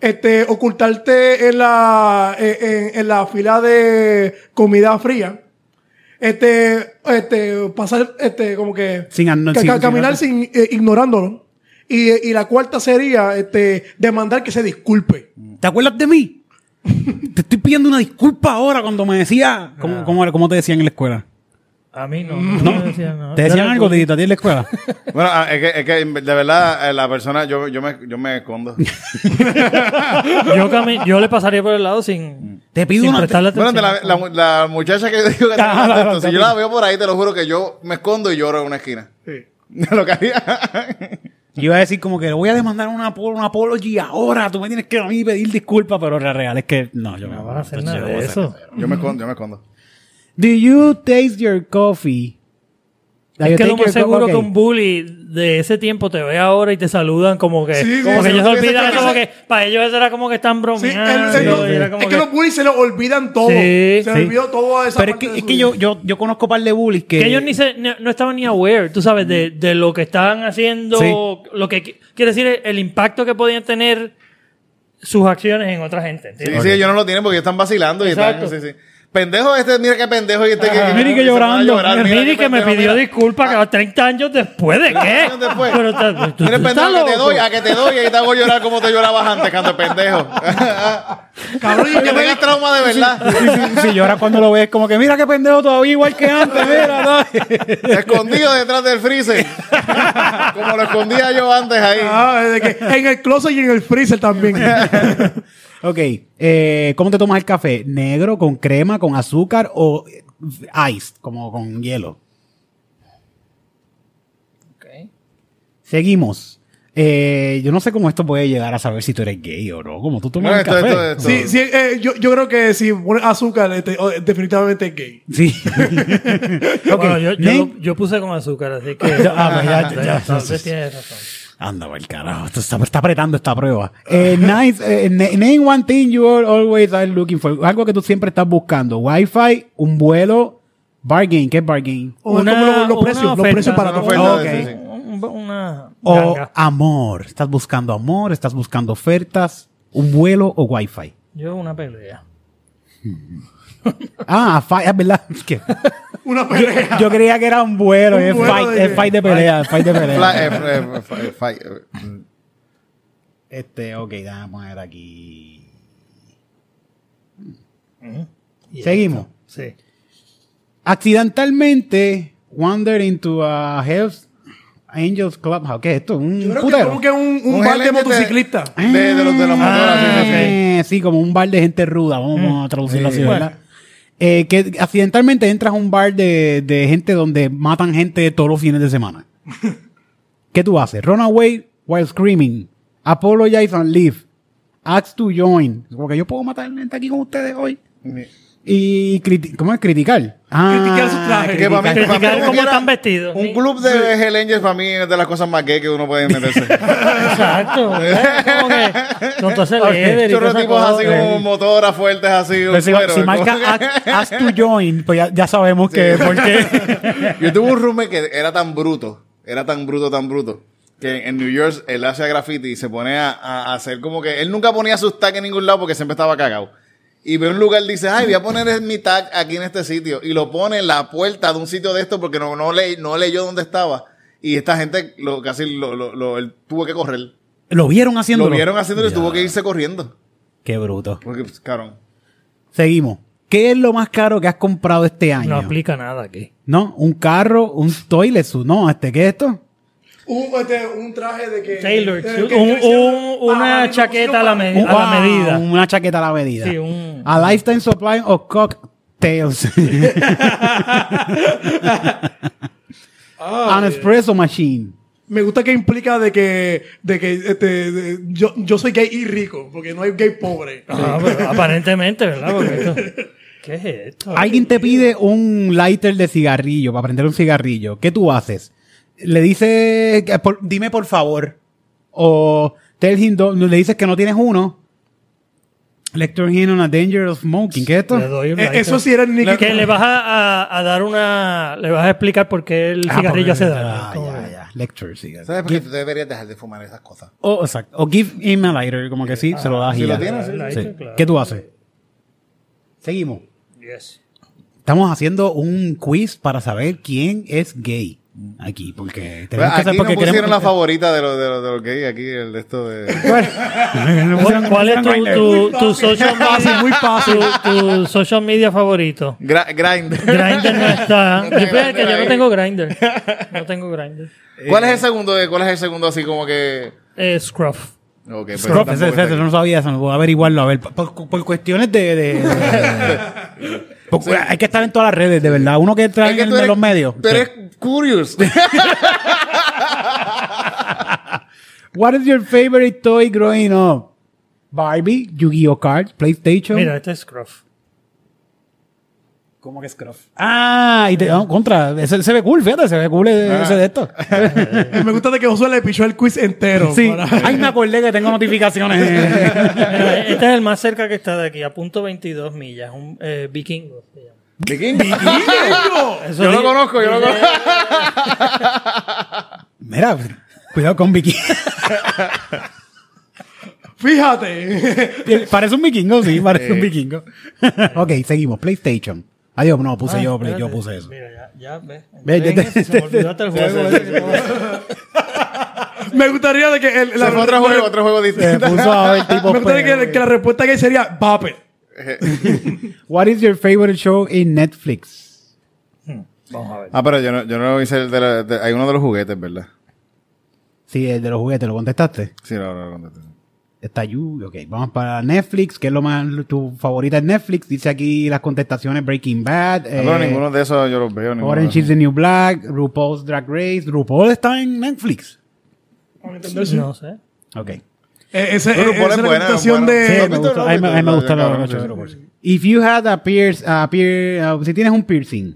Este, ocultarte en la, eh, en, en- en la fila de comida fría. Este, este, pasar, este, como que.
Sin an-
ca-
sin-
ca-
sin
caminar sin, eh, ignorándolo. Y, eh, y la cuarta sería, este, demandar que se disculpe.
¿Te acuerdas de mí? te estoy pidiendo una disculpa ahora cuando me decía, ¿cómo,
Ah.
cómo era- cómo te decían en la escuela?
A mí no. No, me decían nada.
¿Te decían
Yo
algo,
era-
Titito, a ti en la escuela?
Bueno, ah, es que, es que de verdad eh, la persona, yo, yo, me, yo me escondo.
Yo, cami- yo le pasaría por el lado sin,
Te pido
sin
una-
prestarle
Bueno,
atención.
de la, la, la muchacha que dijo que tenía
Ah, la-
contexto, si yo la veo por ahí, te lo juro que yo me escondo y lloro en una esquina.
Sí.
Lo que haría.
Yo iba a decir como que le voy a demandar una, apo- una apology ahora, tú me tienes que a mí pedir disculpas, pero la real es que no, yo
No
me
van a hacer
Pues yo
nada
no
de
voy a
eso.
Yo me escondo, yo me escondo.
Do you taste your coffee? Like,
Es
you
que lo
take
más
your
seguro
coffee,
que
ok.
un bully de ese tiempo te ve ahora y te saludan como que,
Sí,
como
sí,
que
sí,
ellos se
sí,
olvidan,
sí,
como
sí.
que para ellos eso era como que están
Sí,
bromeando.
el- el-
y era como
es que los bullies se lo olvidan todo.
Sí,
se le
sí.
olvidó todo a esa
Pero es
parte
que,
de
es
su
que
vida.
yo, yo, yo conozco par de bullies que...
Que ellos ni se, ni- no estaban ni aware, tú sabes, de, de lo que estaban haciendo,
Sí.
lo que qui- quiere decir el impacto que podían tener sus acciones en otra gente.
Sí,
¿entiendes?
sí, ellos no lo tienen porque están vacilando y
Exacto.
están. Sí, sí. Pendejo este, mira qué pendejo y este que.
Mira que
se va a
llorando.
llorar,
Mira,
qué
que me
pendejo,
pidió
mira.
disculpas que a 30 años después de qué.
años después.
Pero ta- tú-
Mira el
tú estás
pendejo que te
loco.
doy, a que te doy, y te hago llorar como te llorabas antes, canto de pendejo.
Cabrón, y
que
que me-
tengas trauma de verdad.
si lloras cuando lo ves, como que mira qué pendejo todavía igual que antes, mira. ¿no?
Escondido detrás del freezer. como lo escondía yo antes ahí.
Ah, de que en el closet y en el freezer también.
ok, eh, ¿cómo te tomas el café? ¿Negro, con crema, con azúcar o ice, como con hielo? Seguimos. Eh, yo no sé cómo esto puede llegar a saber si tú eres gay o no. Como tú tomas
No,
el
esto-
café.
esto- esto-
Sí, sí, eh, yo, yo creo que si pones azúcar, este, oh, definitivamente es gay.
Sí. Ok,
Bueno, yo, yo,
name-
lo- yo puse con azúcar, así que.
Ah, pues ya- ya- ya-
Entonces tienes razón.
Anda, por el carajo. Esto está, está apretando esta prueba. Eh, nice, eh, na- name one thing you are always are looking for. Algo que tú siempre estás buscando. Wi-Fi, un vuelo, bargain. ¿Qué es bargain?
O
Una-
como los, los
una
precios, los
oferta,
precios para
una
todo.
oferta.
Oh,
Ok.
sí, sí.
Un- un- Una.
O
ganga.
amor. Estás buscando amor, estás buscando ofertas, un vuelo o Wi-Fi.
Yo una pelea.
Ah, fight, es verdad. Es que
Una pelea.
yo creía que era un vuelo.
Un
es,
vuelo
fight,
de-
es fight de pelea, es fight de pelea.
Fla- eh, eh, eh, fa- eh,
Este, ok, déjame poner aquí. Seguimos.
Sí.
accidentalmente wander into a Hells Angels Clubhouse. ¿Qué es esto? Un
Yo creo que
putero.
como que un, un
Un
bar de
gerente de-
motociclista.
De, de los de los motores. sí, sí, sí.
Eh, sí, como un bar de gente ruda. Vamos,
Mm.
vamos a traducirlo así,
Sí.
¿verdad? Eh, que accidentalmente entras a un bar de, de gente donde matan gente todos los fines de semana. ¿Qué tú haces? Run away while screaming. Apologize and leave. Ask to join. Porque yo puedo matar gente aquí con ustedes hoy.
mm,
Y criti- ¿cómo es? criticar. Ah,
Criticar sus trajes.
Que para mí-
criticar.
para mí,
Criticar
como
cómo
quiera,
están vestidos.
Un club de Hell Angels para mí es de las cosas más gay que uno puede meterse.
Exacto. eh, como que Con todo ese leather y
Chorro
toda esa
tipos así
cosa.
como motoras fuertes, así. un
Pero si,
cuero,
si marca
como-
ask, ask to join, pues ya, ya sabemos que por qué.
Yo tuve un roommate que era tan bruto, era tan bruto, tan bruto, que en New York él hacía graffiti y se pone a, a hacer como que él nunca ponía sus tags en ningún lado porque siempre estaba cagado. Y ve un lugar y dice, ay, voy a poner mi tag aquí en este sitio. Y lo pone en la puerta de un sitio de esto porque no, no, le, no leyó dónde estaba. Y esta gente lo, casi lo, lo- lo- él tuvo que correr.
Lo vieron haciéndolo.
Lo vieron haciéndolo y tuvo que irse corriendo.
Qué bruto.
Porque, pues, cabrón.
Seguimos. ¿Qué es lo más caro que has comprado este año?
No aplica nada aquí.
No, un carro, un toilet suit. No, este, ¿qué es esto?
Un, este, un traje de que.
Taylor,
de
suit,
que-
un-
que hicieron
un- una
para la
chaqueta a la
motocicleta.
medida. Eh, A la
ah,
medida.
Una chaqueta a la medida.
Sí, un-
A lifetime supply o cocktails. An espresso machine.
Ah, Me gusta que implica de que, de que este, de- yo, yo soy gay y rico, porque no hay gay pobre.
Ajá, pero aparentemente, ¿verdad? Porque esto- ¿Qué es esto?
Alguien te pide un lighter de cigarrillo para prender un cigarrillo. ¿Qué tú haces? Le dices, eh, por- dime por favor. O tell him don't- le dices que no tienes uno. Lecture him on a danger of smoking. ¿Qué es
Le
esto? e-
doy un
Eh,
like.
eso sí era el Nicky
Que le vas a, a- a dar una. Le vas a explicar por qué el
Ah,
cigarrillo
porque-
hace
ah,
daño.
ya, ya. Lecture, sí.
¿Sabes por qué tú deberías dejar de fumar esas cosas?
O, exacto. O give him a lighter, como que sí, se lo das y
Ah, si lo
ya.
tienes,
Sí.
sí, sí, Ah, claro.
¿Qué tú haces? Seguimos.
Yes.
Estamos haciendo un quiz para saber quién es gay aquí, porque
Pues
tenemos que
aquí
saber
no
por qué
pusieron
queremos.
la favorita de los de lo, de lo gay, aquí el de esto de...
Bueno,
¿Cuál, cuál es
Grindr.
tu, tu, tu social media,
muy fácil.
Tu, tu social media favorito?
Gra- Grindr.
Grindr no está.
No está
Yo, fíjate que
Grindr
yo
ahí.
no tengo Grindr. No tengo Grindr.
¿Cuál
Eh,
es el segundo? de- ¿Cuál es el segundo así como que...?
Eh, Scruff.
Ok, pero
Scruff,
tampoco
ese- ese-
está
ese
aquí.
no sabía eso, voy a averiguarlo, a ver, por, por cuestiones de... de- de- por- Hay que estar en todas las redes, de verdad. Uno que
Es
trae
que
en
tú eres-
los medios.
Tú eres curious.
What is your favorite toy growing up? Barbie, Yu-Gi-Oh cards, PlayStation.
Mira, este es Scruff.
¿Cómo que Scruff? Ah, y te, no, contra, ese- se ve cool, fíjate, se ve cool
Ah.
eh, ese de esto.
Eh, Me gusta de que Josué le pichó el quiz entero.
Sí,
para-
ahí me acordé que tengo notificaciones.
Mira, este es el más cerca que está de aquí, a punto 22 millas. Un eh, vikingo. se llama.
Viking. Yo lo
di-
conozco, yo lo
dice-
conozco.
Mira, cuidado con Vicky.
Fíjate.
parece un vikingo, sí, parece un
Eh.
vikingo. ok, seguimos. PlayStation. Adiós, no, puse
Ah,
yo, play- yo
espérate.
puse eso.
Mira, ya, ya ves.
Ve, ya
Ven,
te-
se me olvidó hasta el juego. eh.
Me gustaría de que... el-
Se fue otro juego, otro juego
Se
distinto.
puso a ver tipo.
Me gustaría que, que la respuesta que sería Vapor.
What is your favorite show in Netflix? pues.
Ah, pero yo no, yo no hice el de, la- de- Hay uno de los juguetes, ¿verdad?
Sí, el de los juguetes, ¿lo contestaste?
Sí, no, no, no, no, no. Ah,
Está You, ok. Vamos para Netflix, que es lo más tu favorita en Netflix. Dice aquí las contestaciones Breaking Bad,
No, pero
eh,
ninguno de esos yo los veo. ninguno de
Orange is
esos.
the New Black, RuPaul's Drag Race. RuPaul está en Netflix.
No sé.
Ok.
Eh, ese,
No, no, ponen
eh, esa es la
buena,
contestación
buena.
Sí,
de...
Eh,
me
Lopito,
gustó. A mí me- a mí me
Lopito,
gustó
ya,
la
cabrón,
ocho,
sí.
pero por sí. If you had a pierce, a pier- a- si tienes un piercing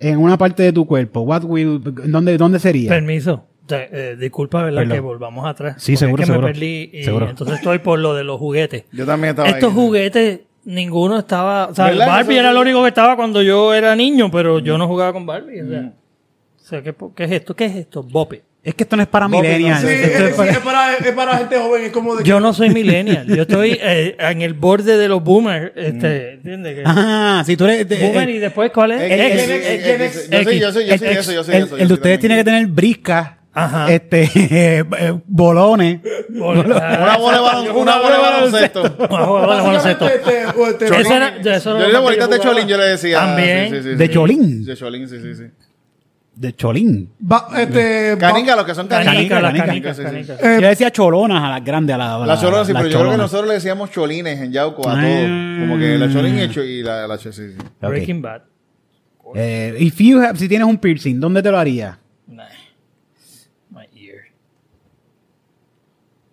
en una parte de tu cuerpo, what will, ¿dónde, dónde sería?
Permiso. Te- eh, disculpa, ¿verdad?
Perdón.
Que volvamos atrás.
Sí,
Porque
seguro,
es que
seguro.
Me perdí y
Seguro.
Entonces estoy por lo de los juguetes.
Yo también estaba
Estos
ahí.
juguetes, ninguno estaba. O sea, el
¿Verdad?
Barbie
Eso-
era lo único que estaba cuando yo era niño, pero yo no jugaba con Barbie. O sea,
Mm.
o sea, ¿qué, po- qué es esto? ¿Qué es esto? Bope.
es que esto no es para
Bobby, no
millennials.
Sí,
sé.
Esto es
es,
para-
es para, es para gente joven, es como de...
Yo no soy millennial. Yo estoy eh, en el borde de los boomers. Este, ¿Entiendes? Que-
Mm. Ah, si tú eres... de-
Boomer
el-
y después, ¿cuál es?
Eh,
X.
eh, eh, eh, eh, Yo soy, yo soy, yo soy, yo soy, yo soy.
el,
yo soy,
el de
yo
ustedes
también.
tiene que tener brisca,
Ajá.
este, eh, bolones.
Una bola de balon- una bola de baloncesto.
Ah, bueno, bueno, bueno,
Básicamente,
esto.
este, o este-
Cholín.
Ese era- ya, eso
Yo
era
le
lo que
bolita
yo
de
jugaba.
Cholín, yo le decía.
También.
¿De Cholín?
De Cholín, sí, sí, sí.
De cholín.
va- este, va-
Caninga, los que son
Canica,
Canica,
canicas.
las
canica,
canicas,
sí, sí.
canicas.
Eh,
Yo decía cholonas a las grandes, a las
La Cholón, sí, pero yo creo que
nosotros...
nosotros le decíamos Cholines en Yauco a
Ah.
todos. Como que la Cholín y, el cho- y la, la cho- sí, sí.
Breaking Bad.
Eh, if you have- si tienes un piercing, ¿dónde te lo harías?
Nah. My ear.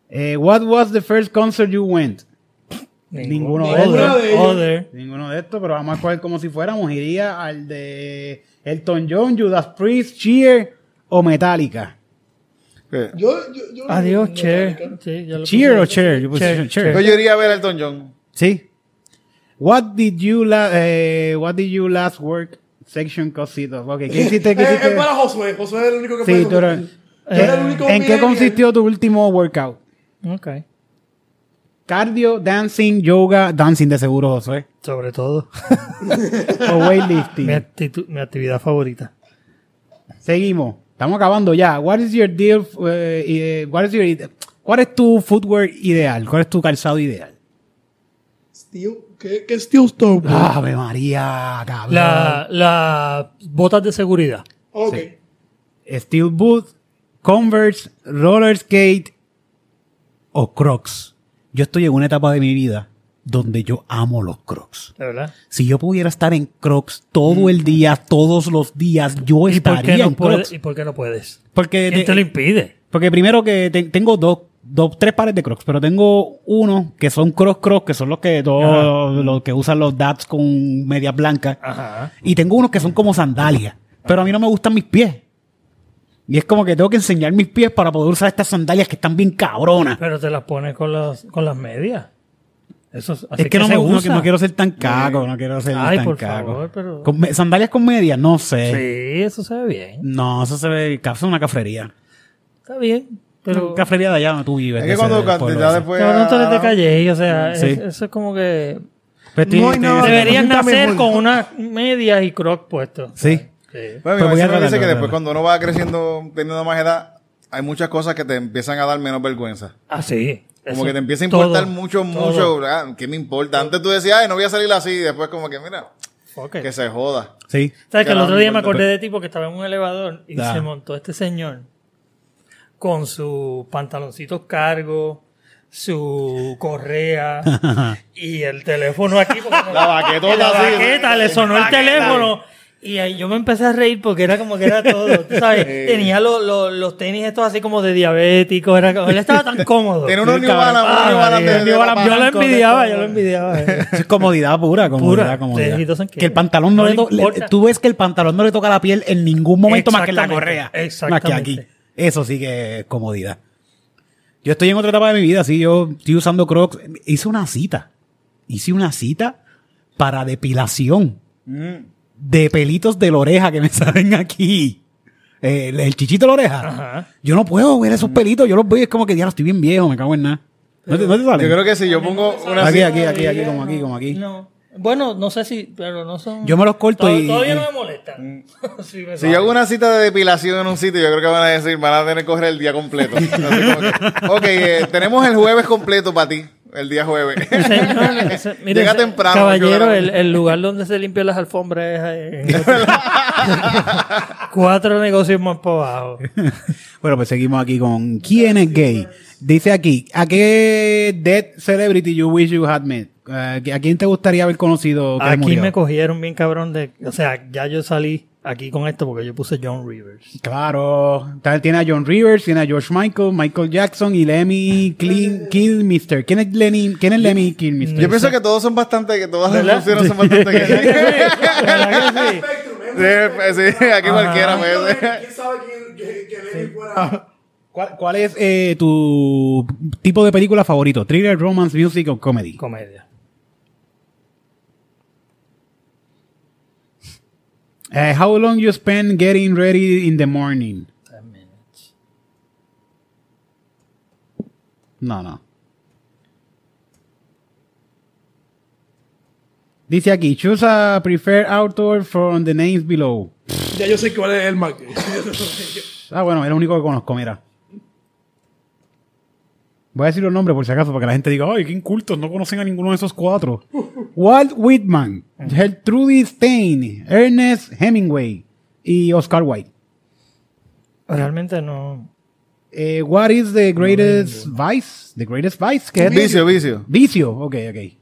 Eh, what was the first concert you went? Ninguno de
Other,
ellos.
other.
Ninguno de estos, pero vamos a escoger como si fuéramos. Iría al de Elton John, Judas Priest, Cheer o Metallica.
Eh,
yo- yo- yo-
Adiós, Cher. Sí, ya lo
Cheer
puse.
o Cheer. Yo puse
Cher,
Cher.
Pero yo iría a ver a Elton John.
Sí. What did you la eh, What did you last work section cositos? Okay, ¿qué hiciste? ¿Qué
Eh, es
hiciste?
para Josué. Josué es el único que
Sí,
puede-
tú eres-
Yo era el único
¿En qué
millennial.
consistió tu último workout?
Ok.
Cardio, dancing, yoga, dancing de seguro, José.
Sobre todo,
O weightlifting.
mi, actitud- mi actividad favorita.
Seguimos. Estamos acabando ya. What is your deal? eh, eh, what is your ide- ¿Cuál es tu footwear ideal? ¿Cuál es tu calzado ideal?
Steel- ¿Qué, qué Steel Stone? bro?
Ave María, cabrón.
La- Las botas de seguridad.
Ok.
Steel boot, Converse, roller skate o Crocs. Yo estoy en una etapa de mi vida donde yo amo los crocs.
de verdad.
Si yo pudiera estar en crocs todo el día, todos los días, yo
Mm. ¿Y por, qué
estaría
no
en
puedes,
crocs.
¿Y por qué no puedes?
Eh,
Porque,
¿Quién
de-
te lo impide?
porque primero que te- tengo dos, dos, tres pares de crocs, pero tengo uno que son crocs crocs, que son los que todos los que usan los dads con medias blancas.
Ajá.
Y tengo unos que son como sandalias. Pero a mí no me gustan mis pies. Y es como que tengo que enseñar mis pies para poder usar estas sandalias que están bien cabronas.
Pero te las pones con las, con las medias. Eso es, así
es que, no,
se
me, gusta,
usa.
no quiero ser tan caco, no quiero ser
Ay,
tan
por
caco.
favor, pero-
Con me- sandalias con medias, no sé.
Sí, eso se ve bien.
No, eso se ve, eso es una cafrería.
Está bien. Pero,
Una cafrería de allá donde tú vives.
Es
de
que
ese
cuando
pueblo
ya
ese.
después.
pero no te
ah,
eres de calle, o sea, es-
Sí.
eso es como que...
Pero estoy-
No hay
estoy-
nada-
Deberías
no, no, no,
nacer
no.
con unas medias y crocs puestos.
Sí.
Sí.
Bueno, mi
Pero Pues voy a
mamá siempre
tratarlo,
dice que
voy a
después
tratarlo.
cuando uno va creciendo, teniendo más edad, hay muchas cosas que te empiezan a dar menos vergüenza.
Ah, sí.
Como
Eso,
que te empieza a importar
todo,
mucho,
todo.
mucho. ah, ¿Qué me importa? Antes tú decías, ay, no voy a salir así. Y después como que, mira,
Ok.
que se joda.
Sí.
¿Sabes que el
Claro,
otro día me
pero-
acordé de ti porque estaba en un elevador y
Da.
se montó este señor con sus pantaloncitos cargos, su correa y el teléfono aquí. porque-
La baquetota
La
así.
baqueta, le sonó el teléfono. Y ahí yo me empecé a reír porque era como que era todo, tú ¿sabes? Tenía lo- lo- los tenis estos así como de diabético, era como- él estaba tan cómodo.
Tiene unos
Sí,
New Balance,
cabrón.
unos New
Ah,
Balance
María,
de- de
New
la
Balance.
Yo
paja.
lo
Blanco,
envidiaba,
de
yo lo
todo.
envidiaba. eh.
Eso es comodidad pura, comodidad,
Pura.
comodidad.
Sí, yo sé que-
que el pantalón no,
no
le,
le
to- le-
importa.
Tú ves que el pantalón no le toca la piel en ningún momento más que en la
Exactamente,
correa. Más que aquí.
exactamente.
Eso sí que es comodidad. Yo estoy en otra etapa de mi vida, sí. Yo estoy usando Crocs. Hice una cita. Hice una cita para depilación
Mm.
de pelitos de la oreja que me salen aquí. Eh, El, el chichito de la oreja.
Ajá.
Yo no puedo ver esos pelitos. Yo los veo y es como que ya estoy bien viejo, me cago en nada. ¿No te, no te salen?
Yo creo que si yo pongo una
Aquí,
silla-
aquí, aquí, aquí, como aquí, como aquí.
No. Bueno, no sé si, pero no son.
Yo me los corto
Tod-
y-
Todavía
y-
no me molestan. Sí, me
Mm. Si yo hago
saben.
una cita de depilación en un sitio, yo creo que van a decir, van a tener que coger el día completo. Así como que, ok, eh, tenemos el jueves completo para ti, el día jueves.
Ese- no, no, ese- mire,
Llega
ese-
temprano, yo
Caballero,
era-
el, el lugar donde se limpian las alfombras es ahí en- Cuatro negocios más para abajo.
Bueno, pues seguimos aquí con ¿Quién es gay? Dice aquí, ¿a qué dead celebrity you wish you had met? Eh, ¿A quién te gustaría haber conocido que
Aquí
murió?
me cogieron bien cabrón de. O sea, ya yo salí aquí con esto porque yo puse John Rivers.
Claro, Tal- tiene a John Rivers, tiene a George Michael, Michael Jackson y Lemmy Clean, Killmister. ¿Quién es Lenny? ¿Quién es Lemmy Killmister?
Yo pienso que todos son bastante, que todas las
¿Verdad?
opciones son bastante que
¿Verdad que sí?
sí, sí, aquí cualquiera puede
¿Quién sabe quién, que, que Lenny fuera?
¿Cuál, cuál es eh, tu tipo de película favorito? ¿Thriller, romance, music o comedy?
Comedia.
Eh, how long you spend getting ready in the morning?
Ten minutes.
No, no. Dice aquí, choose a preferred author from the names below.
Ya yo sé cuál es el Mac.
Ah, bueno, es el único que conozco, mira. Voy a decir los nombres por si acaso, para que la gente diga, ay, qué incultos, no conocen a ninguno de esos cuatro. Walt Whitman, Gertrude Stein, Ernest Hemingway y Oscar Wilde.
Realmente no.
Eh, what is the greatest vice? The greatest vice, que es
Vicio, vicio.
Vicio, ok, ok.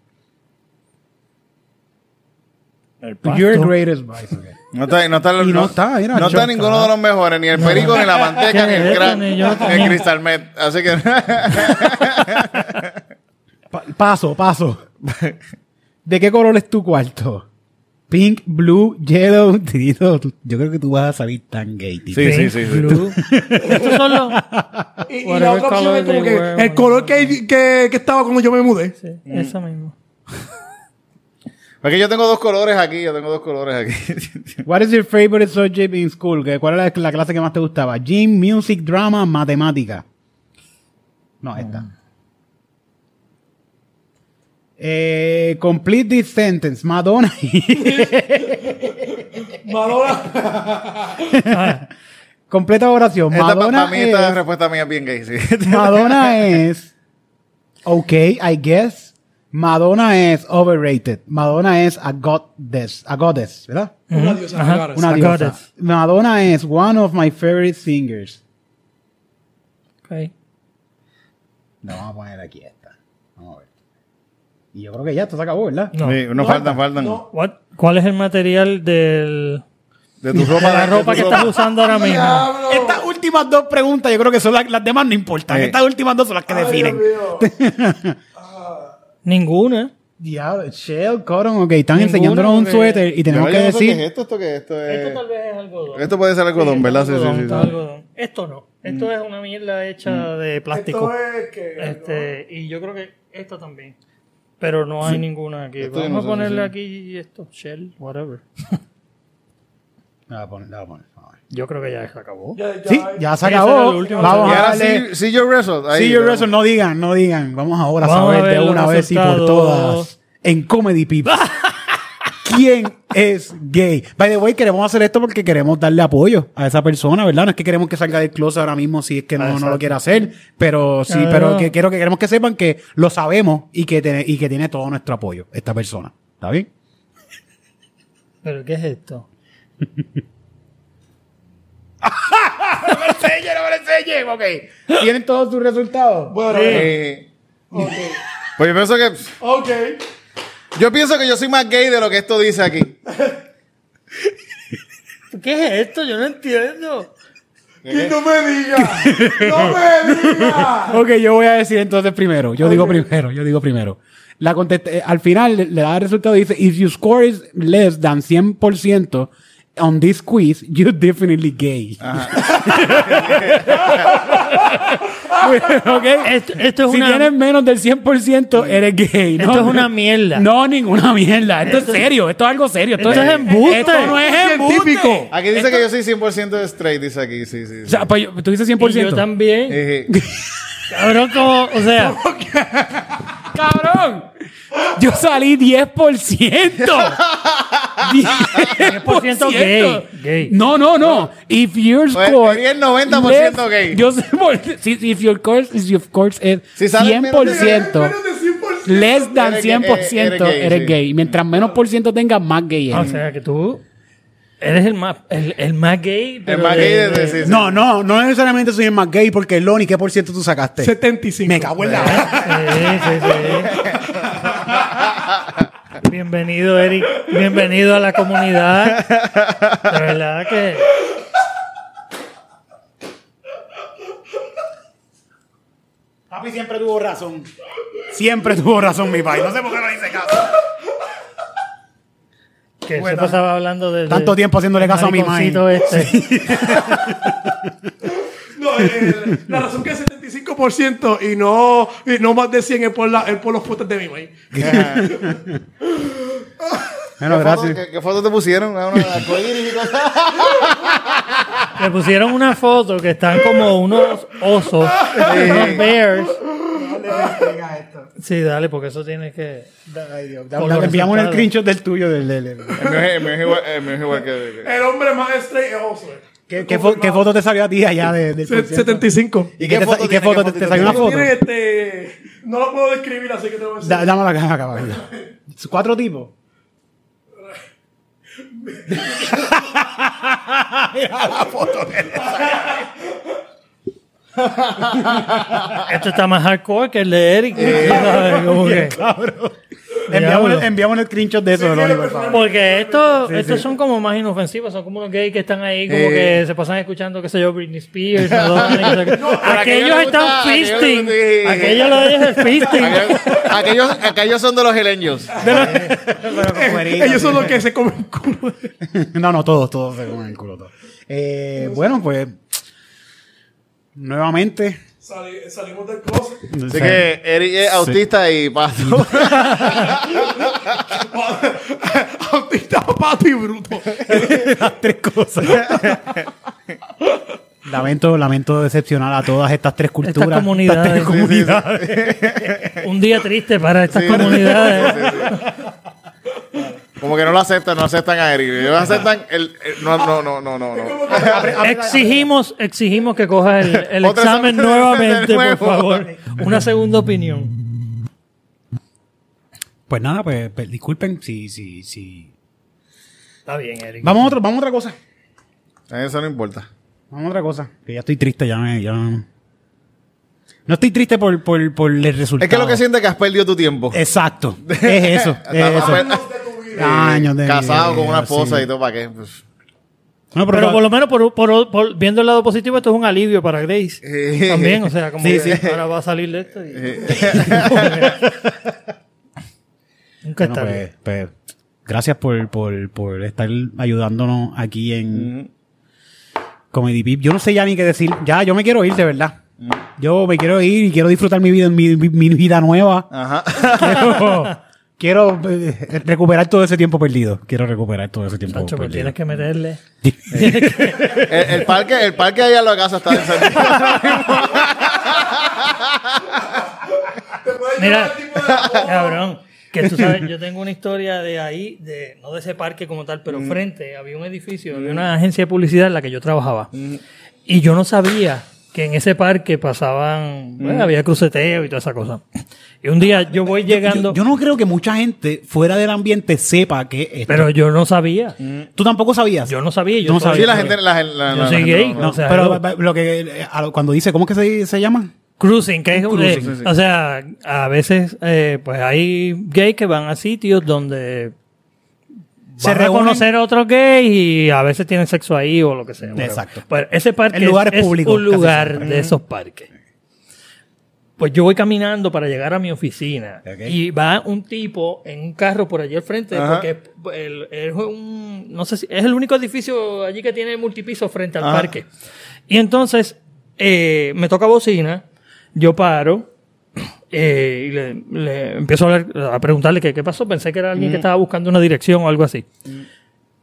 El
Your greatest vice, ok.
No está, no está,
Y no está, mira,
no está
chon,
ninguno de los mejores, ni el perico, ni la manteca, ni
Ni
el
esto,
crack,
ni
ni
yo,
el
ni-
cristal met. Así que
Pa- paso, paso. ¿De qué color es tu cuarto? Pink, blue, yellow. Tirito, tú- yo creo que tú vas a salir tan gay. Tito.
Sí,
Pink,
sí, sí, sí.
blue. Estos son los.
Y, y la
Whatever
otra opción
color
es como
they
que
were,
el color que, que, que estaba cuando yo me mudé.
Sí, eso mismo.
Porque yo tengo dos colores aquí, yo tengo dos colores aquí.
What is your favorite subject in school? ¿Qué- ¿Cuál era la clase que más te gustaba? Gym, music, drama, matemática. No, esta.
Mm.
Eh, complete this sentence. Madonna.
Madonna.
Completa oración.
Esta para
Madonna
mí,
es...
esta respuesta mía es bien gay, sí.
Madonna es. Ok, I guess. Madonna es overrated. Madonna es a goddess. A goddess, ¿verdad?
Una diosa.
Ajá.
claro.
Una
A
diosa.
goddess.
Madonna es one of my favorite singers.
Ok.
No, vamos a poner aquí esta. Vamos a ver. Y yo creo que ya esto se acabó, ¿verdad?
No.
Sí, no faltan, faltan.
What? ¿Cuál es el material del,
De tu
de
ropa.
la
de tu
ropa que
ropa.
estás usando ahora mismo?
Estas últimas dos preguntas, yo creo que son las, las demás no importan.
Sí.
Estas últimas dos son las que definen.
Ninguna.
Diablo, Shell, Coron, ok, están
Ninguno,
enseñándonos un
porque-
suéter y tenemos que
Pero yo no sé qué
decir.
es esto, esto que esto es-
Esto tal vez es algodón.
Esto puede ser algodón, ¿verdad? Sí, sí,
Algodón,
sí,
está
sí. Mm.
algodón. Esto no. Esto es una mierda hecha de plástico.
Esto es que.
Este, y yo creo que esta también. Pero no hay ninguna aquí.
Esto yo
Vamos
no
a
sé,
ponerle
sí.
aquí esto, Shell, whatever.
La voy a poner, la voy a poner, vamos a ver.
Yo creo que ya se acabó.
Ya- ya-
Sí, ya se
Ese era
acabó.
el último.
Vamos
Y
a
ahora
darle.
sí, sí, yo wrestle. Ahí,
Sí, yo
pero-
Russell, no digan, no digan. Vamos ahora
Vamos
a
a
saber
ver
de
los
una vez y por
resultados.
todas en Comedy Pips. ¿Quién es gay? By the way, queremos hacer esto porque queremos darle apoyo a esa persona, ¿verdad? No es que queremos que salga del closet ahora mismo si es que no, no lo quiere hacer, pero sí,
Ah,
pero
no.
que quiero que queremos que sepan que lo sabemos y que tiene, y que tiene todo nuestro apoyo esta persona. ¿Está bien?
¿Pero qué es esto?
Ok. ¿Tienen todos sus resultados?
Bueno,
Eh,
ok.
Pues yo pienso que.
Ok.
Yo pienso que yo soy más gay de lo que esto dice aquí.
¿Qué es esto? Yo no entiendo.
Y no me digas. No me digas.
Ok, yo voy a decir entonces primero. Yo digo primero, yo digo primero. La contest- eh, al final le, le da el resultado y dice, if your score is less than 100% on this quiz, you're definitely gay. ok.
Esto, esto es
si
una.
tienes menos del 100%, eres gay.
Esto es una mierda.
No, ninguna mierda. Esto es serio. Esto es algo serio. Esto,
Esto es embuste.
Esto no es
Científico.
científico.
Aquí dice que yo soy 100% straight, dice aquí. Sí, sí.
O
sí.
sea, pues, yo- tú dices 100%.
Y yo también.
Eh,
Cabrón, como. O sea,
¡Cabrón! Yo salí 10%. 10%
gay, gay.
No, no, no. If your
Pues,
score.
sería el 90% gay.
Yo sé por- si, if your course, if your course es
Si sale menos de-
100%.
Menos de 100%.
Less than
Eres gay,
100%
eres gay,
eres
sí.
gay. Mientras menos por ciento tengas, más gay
o
Ah,
eres.
sea que tú eres el más, el, el más gay.
el
pero
más
de-
gay de,
de-
de- sí, sí.
No, no, no necesariamente soy el más gay porque Lonnie, ¿qué por ciento tú sacaste?
75.
Me cago en la.
Sí, sí, sí. Bienvenido, Eric. Bienvenido a la comunidad. La verdad que.
Papi siempre tuvo razón. Siempre tuvo razón, mi país. No sé por qué no le hice caso.
Que se pasaba hablando de. de-
Tanto tiempo haciéndole caso a mi madre.
mariconcito Este.
No, el- la razón que es 75% y no, y no más de 100 es por, la, es por los putas de mi maíz.
Bueno,
¿Qué foto-
gracias.
¿Qué, qué foto te pusieron? Ah, una arcoíris y cosas.
Le pusieron una foto que están como unos osos, unos bears. Sí, dale, porque eso tiene que.
Ay, Dios.
Por
Le
los
enviamos el
resultados.
screenshot del tuyo. Del, del- del-
El mío es- el mío es igual- el mío es igual que.
El hombre más straight es Osler.
¿Qué, qué fo- qué foto te salió a ti allá de, del
Se-
concierto?
75.
¿Y qué, te
¿Qué
sa-
foto
y qué
tiene?
foto
¿Qué
te,
foto
te salió
tiene?
una foto?
Tiene este, no lo puedo describir, así que te voy a decir.
Da- Dámela acá, acá, acá. Cuatro tipos.
Esto está más hardcore que el de Eric.
Eh.
¿sabes? Como que-
Enviamos,
Diablo.
enviamos el screenshot de eso,
Sí, sí,
Loli,
lo
por favor.
Porque estos, estos son como más inofensivos, son como unos gays que están ahí, como
Eh.
que se pasan escuchando, qué sé yo, Britney Spears. Madonna, y qué sé yo.
pero aquello
aquellos
le gusta,
están fisting.
aquello le gusta, sí.
Aquellos lo dejan el fisting.
Aquellos, aquellos son de los heleños.
Ellos son los que se comen culo.
No, no, todos, todos se comen el culo. todos. Eh, bueno, pues. Nuevamente.
Sali- salimos del closet.
Así que Eric es autista y pasto.
Autista, pato y bruto.
las tres cosas. lamento, lamento decepcionar a todas estas tres culturas.
Estas comunidades.
Estas tres comunidades.
Un día triste para estas
Sí,
comunidades.
Como que no lo aceptan, no aceptan a Eric. Ellos aceptan el. el- no, no, no, no, no. no.
Exigimos, exigimos que cojas el, el
Otro
examen
examen de
nuevamente, por
nuevo.
favor. Una segunda opinión.
Pues nada, pues, pues, disculpen si, si, si.
Está bien, Eric.
Vamos a otro, vamos a otra cosa.
Eso no importa.
Vamos a otra cosa. Que ya estoy triste, ya me. Ya...
No estoy triste por, por, por el resultado.
Es que lo que sientes es que has perdido tu tiempo.
Exacto. Es eso. es Eh, eso.
Años de tu vida.
Años de mi
pues, eh, Casado con
vida,
una esposa
sí.
y todo, ¿para qué? Pues,
No,
Pero por lo menos, por, por- por- viendo el lado positivo, esto es un alivio para Grace.
Eh.
También, o sea, como
Sí,
que
sí.
ahora va a salir de esto. y- Nunca
Bueno,
está bien.
pues, pues, gracias por, por, por estar ayudándonos aquí en
Mm.
Comedy Pip. Yo no sé ya ni qué decir. Ya, yo me quiero ir, de verdad.
Mm.
Yo me quiero ir y quiero disfrutar mi vida, mi, mi- mi vida nueva.
Ajá.
Quiero, quiero, eh, recuperar todo ese tiempo perdido. Quiero recuperar todo ese tiempo
Sancho, pero
perdido.
pues, tienes que meterle.
Este
El, el parque, el parque allá en la casa está encendido.
Mira, cabrón, que tú sabes, yo tengo una historia de ahí, de, no de ese parque como tal,
Mm.
pero frente había un edificio, había una agencia de publicidad en la que yo trabajaba.
Mm.
Y yo no sabía que en ese parque
Mm.
pasaban, bueno, había cruceteo y toda esa cosa. Y un día yo voy llegando,
Yo, yo no creo que mucha gente fuera del ambiente sepa que esto- Mm.
pero yo no sabía.
tú tampoco sabías.
Yo no sabía. Yo
Tú no
soy-
Sí, la gente. La, la-
Yo
la
soy
gente
gay,
no-
No,
o sea,
pero
yo-
eh, lo que eh, a lo- cuando dice, ¿cómo es que se, se llama?
Cruising, que es
Un
eh,
cruising, sí.
O sea, a veces, eh, pues hay gays que van a sitios donde
Se
van a
reúnen.
conocer a otros gays y a veces tienen sexo ahí o lo que sea. whatever.
Exacto.
Pero ese parque
El lugar es
es, es
público,
un
casi
lugar
siempre.
de esos parques. Pues yo voy caminando para llegar a mi oficina
Ok.
y va un tipo en un carro por allí al frente
Ajá.
porque es el- es un, no sé si es el único edificio allí que tiene multipiso frente al
Ajá.
parque. Y entonces eh, me toca bocina, yo paro eh, y le, le empiezo a, hablar- a preguntarle que, qué pasó. Pensé que era alguien que estaba buscando una dirección o algo así.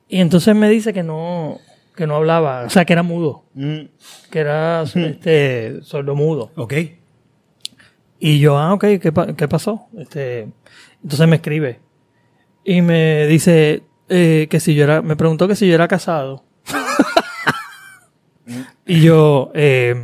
Y entonces me dice que no, que no hablaba, o sea, que era mudo,
Mm.
que era este, sordomudo.
Ok.
Y yo, ah, ok, ¿qué, pa- qué pasó? Este, entonces me escribe y me dice eh, que si yo era, me preguntó que si yo era casado. y yo, eh,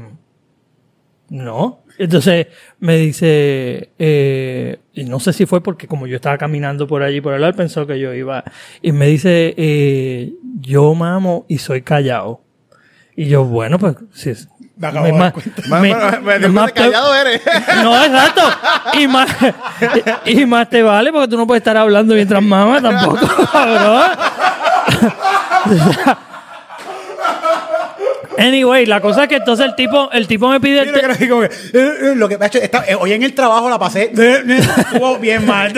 no. Entonces me dice, eh, y no sé si fue porque como yo estaba caminando por allí por el lado, pensó que yo iba. Y me dice, eh, yo mamo y soy callado. Y yo, bueno, pues si es-
Me acabo de
más-
dar cuenta.
Más-
me-
más- me-
más
más
te-
callado eres.
no, exacto. Y más, y más te vale porque tú no puedes estar hablando mientras mamas tampoco, cabrón. Anyway, la cosa es que entonces el tipo, el tipo me pide el te-
Lo que me ha hecho, está- eh, hoy en el trabajo la pasé eh, estuvo bien mal.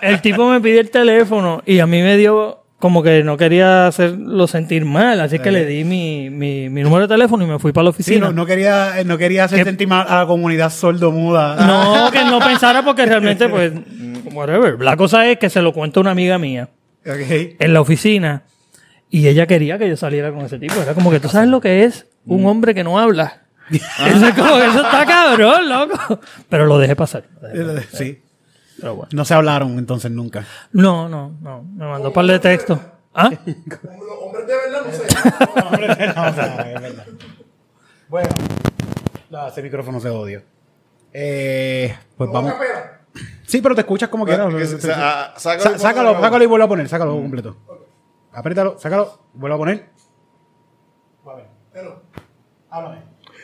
el tipo me pidió el teléfono y a mí me dio como que no quería hacerlo sentir mal, así que le di mi, mi, mi número de teléfono y me fui para la
Sí,
oficina.
no, no quería, eh, no quería hacer
¿Qué?
sentir mal a la comunidad sordomuda. Ah,
No, que no pensara porque realmente, pues, whatever. La cosa es que se lo cuento a una amiga mía
Ok. Eh,
en la oficina y ella quería que yo saliera con ese tipo. Era como que tú sabes lo que es
Mm.
un hombre que no habla. Eso, es como que eso está cabrón, loco. Pero lo dejé pasar. lo dejé pasar.
Sí.
Pero bueno.
No se hablaron entonces nunca.
No, no, no. Me mandó un par de textos. ¿Ah?
Los hombres de verdad no sé.
Bueno, no, ese micrófono se odio. Eh, pues vamos. Sí, pero te escuchas como quieras.
Ah, que se-
Te-
sa-
Sa-
sácalo y
sácalo,
ponlo
sácalo y vuelvo a poner, sácalo completo. Apriétalo, sácalo, vuelvo a poner.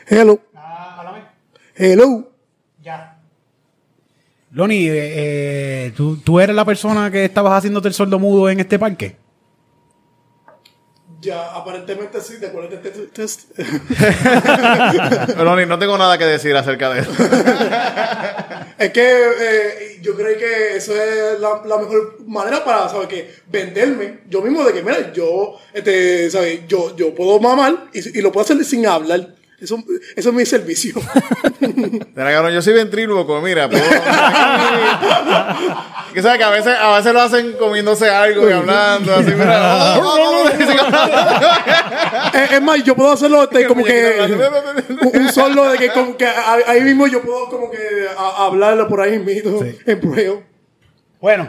Hello. Hello.
Loni, eh, eh, ¿tú, tú eres la persona que estabas haciéndote el sordo mudo en este parque.
Ya, aparentemente sí, ¿te acuerdas de este test?
Ronnie, no tengo nada que decir acerca de eso.
Es que eh, yo creo que eso es la, la mejor manera para, ¿sabes qué? Venderme yo mismo de que, mira, yo, este, ¿sabes? Yo, yo puedo mamar y, y lo puedo hacer sin hablar. Eso, eso es mi servicio.
Mira, cabrón, yo soy ventríloco, mira. puedo- que sabes que a veces, a veces lo hacen comiéndose algo y hablando, así, mira.
Eh, es, es más, yo puedo hacerlo este, como que un- un solo de que como que a- ahí mismo yo puedo como que a- hablarlo por ahí mismo
Sí.
en braille.
Bueno,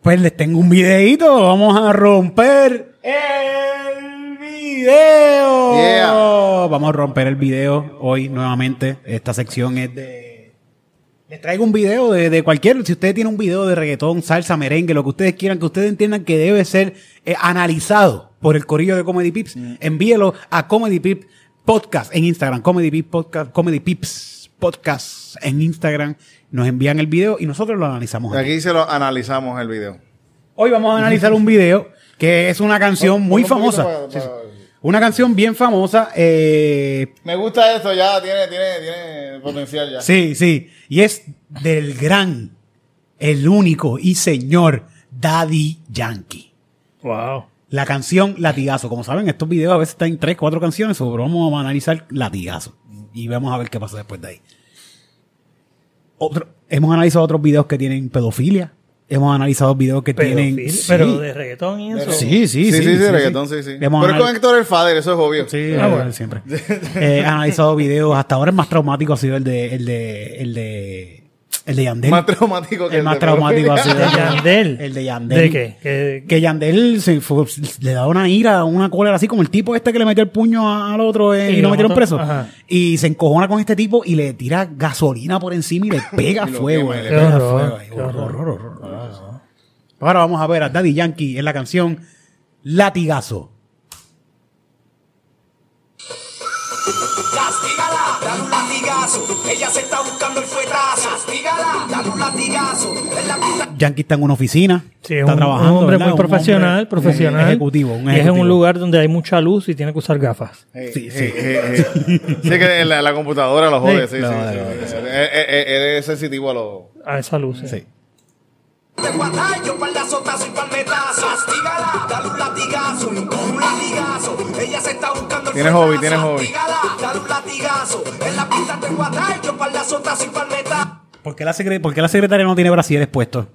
pues les tengo un videito. Vamos a romper el video.
Yeah.
Vamos a romper el video hoy nuevamente. Esta sección es de. Les traigo un video de, de cualquier. Si usted tiene un video de reggaetón, salsa, merengue, lo que ustedes quieran, que ustedes entiendan que debe ser eh, analizado por el corillo de Comedy Pips, envíelo a Comedy Pips Podcast en Instagram. Comedy Pips Podcast. Comedy Pips Podcast en Instagram. Nos envían el video y nosotros lo analizamos. aquí.
Aquí se lo analizamos el video.
Hoy vamos a analizar un video que es una canción
Pon-
muy
pon un poquito para-
famosa.
para-
Sí, sí. Una canción bien famosa. Eh,
Me gusta esto, ya tiene, tiene, tiene potencial ya.
Sí, sí. Y es del gran, el único y señor Daddy Yankee.
Wow.
La canción Latigazo. Como saben, estos videos a veces están en tres, cuatro canciones, pero vamos a analizar Latigazo. Y vamos a ver qué pasa después de ahí. Otro- hemos analizado otros videos que tienen pedofilia. Hemos analizado videos que tienen...
Pedofil-
sí.
Pero de reggaetón y eso.
Sí, sí, sí.
sí, sí,
sí.
reggaetón, sí, sí.
Hemos
Pero es
anal-
con Héctor el Fader, eso es obvio.
Sí,
Ah,
eh,
bueno.
siempre. Eh, he analizado videos. Hasta ahora el más traumático ha sido el de... El de... El de... El de Yandel.
Más traumático que
el más
de
traumático ha
pedofilia.
sido
¿De Yandel?
El de Yandel.
¿De qué? ¿Qué-
Que Yandel se fue- le da una ira, una cólera, así como el tipo este que le metió el puño a- al otro eh,
Sí,
y lo
la
metieron
moto-
preso.
ajá.
Y se encojona con este tipo y le tira gasolina por encima y le pega
Y lo
fuego.
quema, y
le
qué
pega
horror,
fuego ahí.
qué horror.
Ahora vamos a ver a Daddy Yankee en la canción Latigazo.
Castígala, dale un latigazo. Ella se está buscando el fuetazo. Castígala, dale un latigazo. Es la puta
Yankee está en una oficina.
Sí,
está
un,
trabajando.
un hombre
¿verdad?
muy
Un
profesional,
hombre,
profesional.
eh, ejecutivo,
Y
un
es en
ejecutivo. Eh.
un lugar donde hay mucha luz y tiene que usar gafas.
Sí,
Sí,
sí.
sí. Sí, que la, la computadora lo jode, sí, sí.
No,
sí,
no,
sí.
no, no,
Eres- Eres eres sensitivo a los...
A esa luz. eh.
Sí.
de guatay, yo pa'l azotazo y pa'l metazo. Castígala, dale un latigazo, con un latigazo. Ella se está buscando el
Tienes
fuetazo.
hobby, tienes hobby.
Castígala, dale un latigazo. En la pista te guatay, yo pa'l azotazo y pa'l metazo.
¿Por qué, la secre- por qué la secretaria no tiene brasieres puestos?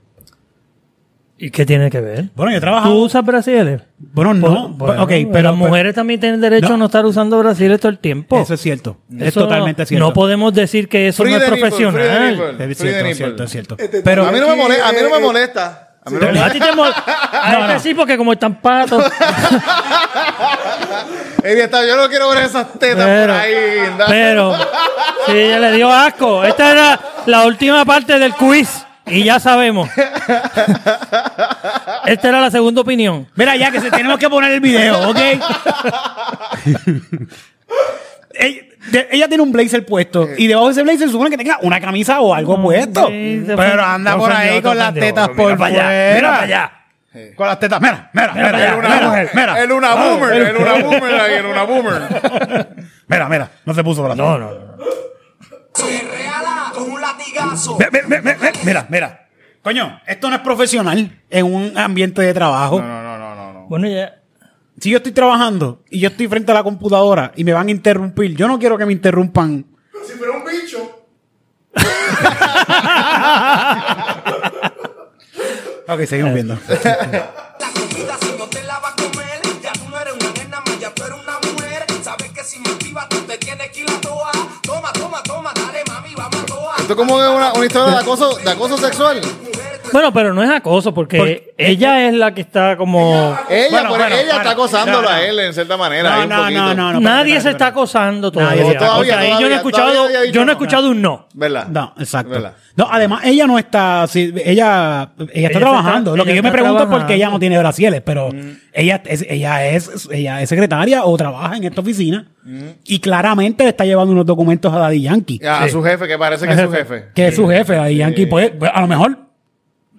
¿Y qué tiene que ver?
Bueno, yo trabajo.
¿Tú usas brasiles?
Bueno, no.
Bueno,
ok, pero.
las mujeres también tienen derecho
No.
a no estar usando brasiles todo el tiempo.
Eso es cierto. es
Eso no-
totalmente cierto.
No podemos decir que eso
Free
no es
the nipple, free the
profesional.
nipple.
Es
Free the
cierto,
nipple.
es cierto, es cierto.
Este-
Pero.
a mí no me molesta. A mí no me molesta. A mí no me
a ti te molesta. A
No,
este
no.
sí, porque como están patos.
Ella está, yo no quiero ver esas tetas por
Pero,
ahí. linda.
pero sí, ella le dio asco. Esta era la última parte del quiz y ya sabemos. Esta era la segunda opinión.
Mira, ya que se- tenemos que poner el video, ¿ok? ella, de- ella tiene un blazer puesto y debajo de ese blazer supone que tenga una camisa o algo puesto.
Mm, sí, se
Mm, pero
fue-
anda
se
por
ofendió,
ahí
se
con las
ofendió.
tetas
Mira
por
para allá,
fuera.
mira para allá.
Con las tetas, mira, mira, mira,
para
mira,
allá,
mira,
una
mira,
mujer.
mira, Ah,
Él una boomer, él una boomer, él una boomer.
mira, mira, no se puso para
No, no, no.
Perreala con un latigazo.
Ve- ve- ve- ve- ve- Mira, mira. Coño, esto no es profesional en un ambiente de trabajo.
No, no, no, no, no.
Bueno, ya.
Si yo estoy trabajando y yo estoy frente a la computadora y me van a interrumpir, yo no quiero que me interrumpan.
Si fuera un bicho.
Ok,
Eh.
seguimos viendo.
La comida si no te la va a comer, ya tú no eres una nena más, ya tú eres una mujer. Sabes que si me activas tú te tienes que ir a toa. Toma, toma, toma, dale mami, vamos a toa.
Esto es como que una, una historia de acoso, de acoso sexual.
Bueno, pero no es acoso porque ella es la que está como.
Ella,
Bueno,
por-
bueno,
ella
bueno.
está acosándolo
No, no.
a él en cierta manera.
No,
ahí un
no,
poquito.
no, no, no.
Nadie se está
espérate, espérate,
acosando
Nadie,
todavía. O sea,
todavía,
ahí yo no he
todavía,
escuchado,
todavía había
yo no he
dicho
escuchado un no.
¿Verdad?
espérate. No, exacto.
¿Verdad?
No, además, ella no está. sí, ella, ella está
está-
trabajando. Lo que
ella
yo me
está
pregunto es por qué
trabajando.
ella no tiene brasieles, pero
Mm.
ella, es, ella, es, ella es secretaria o trabaja en esta oficina y claramente le está llevando unos documentos a Daddy Yankee.
Y A, a su jefe, que parece que es su jefe.
que es su jefe. Daddy Yankee, pues, pues, a lo mejor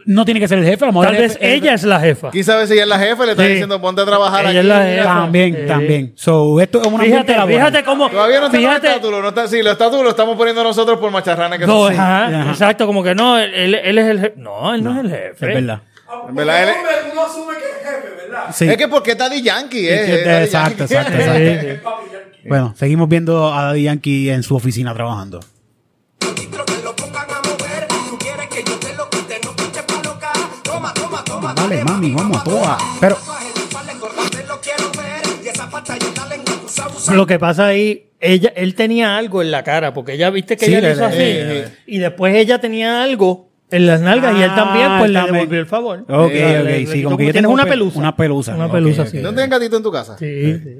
no tiene que ser el jefe. A lo mejor
Tal
el
vez
jefe- el-
ella es la jefa.
Quién sabe si ella es la jefe, le está
Sí.
diciendo ponte a trabajar
Ella
aquí.
es la jefa.
También,
Sí.
también. So, esto es una
Fíjate, fíjate cómo.
Todavía no tenemos el
fíjate,
estátulo, no está así. Los estátulos lo estamos poniendo nosotros por macharranes que
No,
son.
ajá,
sí, ajá.
exacto, como que no, él, él- él es el jefe. No, él no, es el
Es
jefe.
verdad.
ah,
En verdad, él-
uno asume que es jefe, ¿verdad?
Sí.
Es que porque está Daddy Yankee, eh,
que-
es Daddy
exacto,
Yankee.
exacto, exacto.
Sí, sí.
Bueno, seguimos viendo a Daddy Yankee en su oficina trabajando.
Quiero que lo pongan a mover. Tú quieres que yo te lo quite, no pinches pa' loca. Toma, toma, toma,
Dale, mami, vamos a toa.
Pero.
Pero-
lo quiero ver. Y esa pantalla en la lengua, tú sabes usar.
Lo que pasa ahí, ella, él tenía algo en la cara, porque ella viste que
Sí,
ella
le-
le hizo así.
le-
y después ella tenía algo en las nalgas y él también,
Ah,
pues le
también.
devolvió el favor. Le-
Ok,
le-
ok,
le
sí,
quitó
como que yo
tiene
tengo
una
pe-
pelusa.
una pelusa.
Una
Ok,
pelusa,
ok.
sí.
¿No tienes gatito en tu casa?
Sí, sí.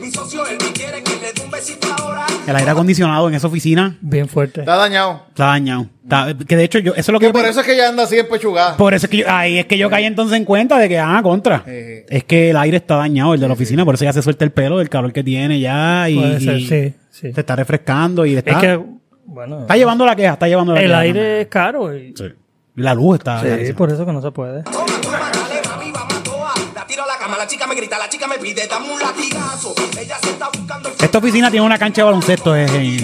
Mi socio, él me quiere que le dé un besito ahora.
El aire acondicionado en esa oficina
Bien fuerte.
Ah.
Está dañado.
está dañado. Está- que de hecho, yo, eso es lo que.
Que por eso es que ella anda así empechugada.
por eso es que yo, ahí es que yo caí entonces en cuenta de que, ah, contra.
Sí.
Es que el aire está dañado, el de la oficina, por eso ya se suelta el pelo del calor que tiene ya y,
Puede ser,
y
sí, sí.
se está refrescando y
Es
está,
que, bueno,
está llevando la queja, está llevando la
el
queja.
aire es caro. Y,
Sí. La luz está.
sí, por eso que no se puede.
Toma, toma, dale, mami, vamos a toa. La tiro a la cama, la chica me grita, la chica me pide, dame un latigazo. Ella se está buscando el
Esta oficina tiene una cancha de baloncesto. Es en-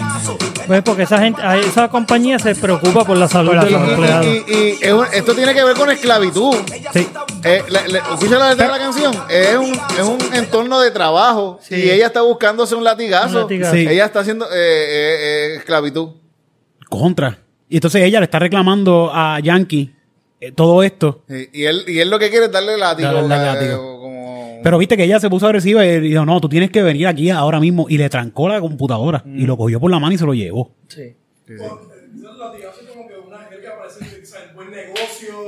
Pues porque esa gente, a esa compañía se preocupa por la salud
Por la
de los
salud.
empleados.
Y, y- y es un- esto tiene que ver con esclavitud.
Sí.
Eh, la- la- escucha la letra de la canción. Es un, es un entorno de trabajo. Y ella está buscándose un latigazo.
Un latigazo.
Sí.
Ella está haciendo eh, eh, eh, esclavitud.
Contra. Y entonces ella le está reclamando a Yankee eh, todo esto.
Sí, Y él, y él lo que quiere es darle látigo.
Darle el
eh,
látigo.
como-
Pero viste que ella se puso agresiva y dijo, no, tú tienes que venir aquí ahora mismo. Y le trancó la computadora y lo cogió por la mano y se lo llevó.
Sí.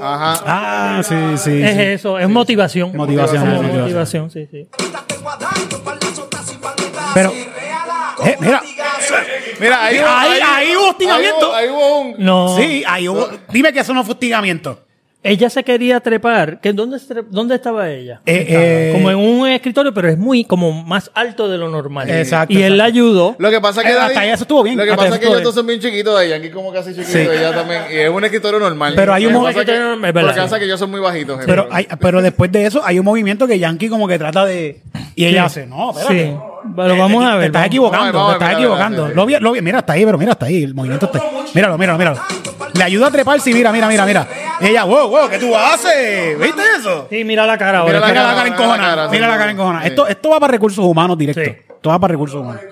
Ajá.
Ah, sí, sí.
Es
sí.
eso, es motivación.
Motivación,
Como
motivación.
motivación, sí, sí.
pita, te voy a dar, dos palazotazos y palmetazo.
Pero-
Y reala con
Eh,
un
mira.
latigazo.
Mira, ahí, hubo-
Ahí- ahí hubo
hubo-
hostigamiento.
Ahí hubo, ahí hubo un.
No.
Sí, ahí hubo- dime que eso no fue hostigamiento.
Ella se quería trepar. ¿Que dónde, se tre- ¿Dónde estaba ella?
Eh,
Estaba
eh.
como en un escritorio, pero es muy como más alto de lo normal.
Exacto,
Y él
exacto.
la ayudó.
Lo que pasa es que.
Eh, hasta
Daddy-
ahí eso estuvo bien,
Lo que
hasta
pasa
eso
es que
estuvo
ellos dos son bien chiquitos. Ella aquí, como casi chiquito. Ella también. Y es un escritorio normal.
Pero hay un
Lo que
momento
pasa
que tienen-
es
es
que-
verdad.
Lo que pasa es que ellos son muy bajitos. eh,
Pero, hay- pero después de eso hay un movimiento que Yankee como que trata de... Y ella hace, no, espérate.
Sí. Pero vamos
Te-
a
te-
ver.
Te estás
vamos.
equivocando,
Vamos a ver, vamos
te estás
a ver,
equivocando.
sí, sí.
Lo vi- lo vi- mira, está ahí, pero mira, está ahí. El movimiento está ahí. Míralo, míralo, míralo. Le ayuda a treparse y mira, mira, mira, mira. Ella, wow, wow, ¿qué tú haces? ¿Viste eso?
Sí, mira la cara ahora.
Mira la
Mira
cara,
la cara,
encojonada.
mira la cara, sí.
mira la cara encojonada.
Sí.
Esto, esto va para recursos humanos directo.
Sí.
Esto va para recursos humanos.
Se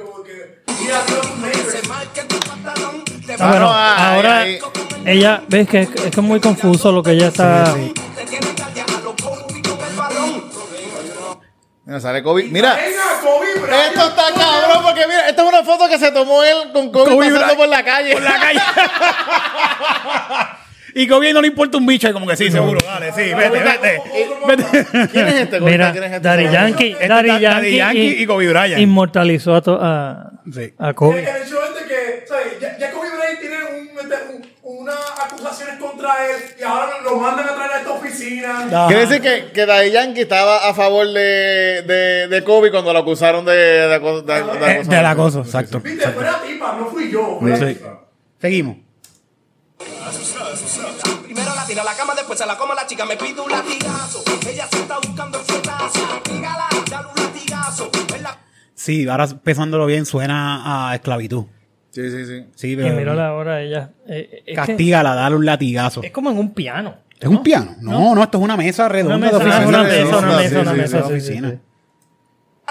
marca en tu pantalón, te
Ah,
va-
bueno,
no, ah,
ahora
ahí,
ella, ves que es, es que es muy confuso lo que ella está.
te tiene cardia a los Kobe con el balón.
Mira, sale Kobe. Mira. Esto está cabrón porque mira, esta es una foto que se tomó él con Kobe,
Kobe
pasando
Bryant.
por la calle.
Por la calle. y Kobe no le importa un bicho. Y como que sí, seguro. Dale, sí, vete, vete. vete.
¿Quién es este? Kobe?
Mira,
¿Quién es este?
Daddy Yankee,
Este
Daddy
es Da- Daddy
Yankee,
Yankee y Kobe Bryant.
Inmortalizó a, to- a,
Sí.
a Kobe.
El hecho es de que, ¿sabes? Ya, ya Kobe Bryant tiene un, este, un- unas acusaciones contra él y ahora lo mandan a traer a esta oficina.
Quiere decir que, que Daddy Yankee estaba a favor de, de, de Kobe cuando lo acusaron de, de, aco- de- de
Eh,
acoso.
De la cosa, exacto.
Viste, fue la tipa, no fui yo. fue la
Sí.
tipa.
Seguimos.
Primero la tira a la cama, después se la come la chica, me pide un latigazo. Ella se está buscando el fuetazo. Dígala, dale un latigazo. Es la-
Sí, ahora pensándolo bien, suena a esclavitud.
Sí, sí, sí.
Sí,
Y
pero.
mírala ahora, ella. eh, es que
Castígala, dale un latigazo.
es como en un piano.
¿Es un piano? No, no, esto es una mesa redonda
Una
de
mesa,
oficina.
una
de
mesa, una
oficina,
mesa,
sí,
una
sí,
mesa.
de
sí, sí, sí.
oficina.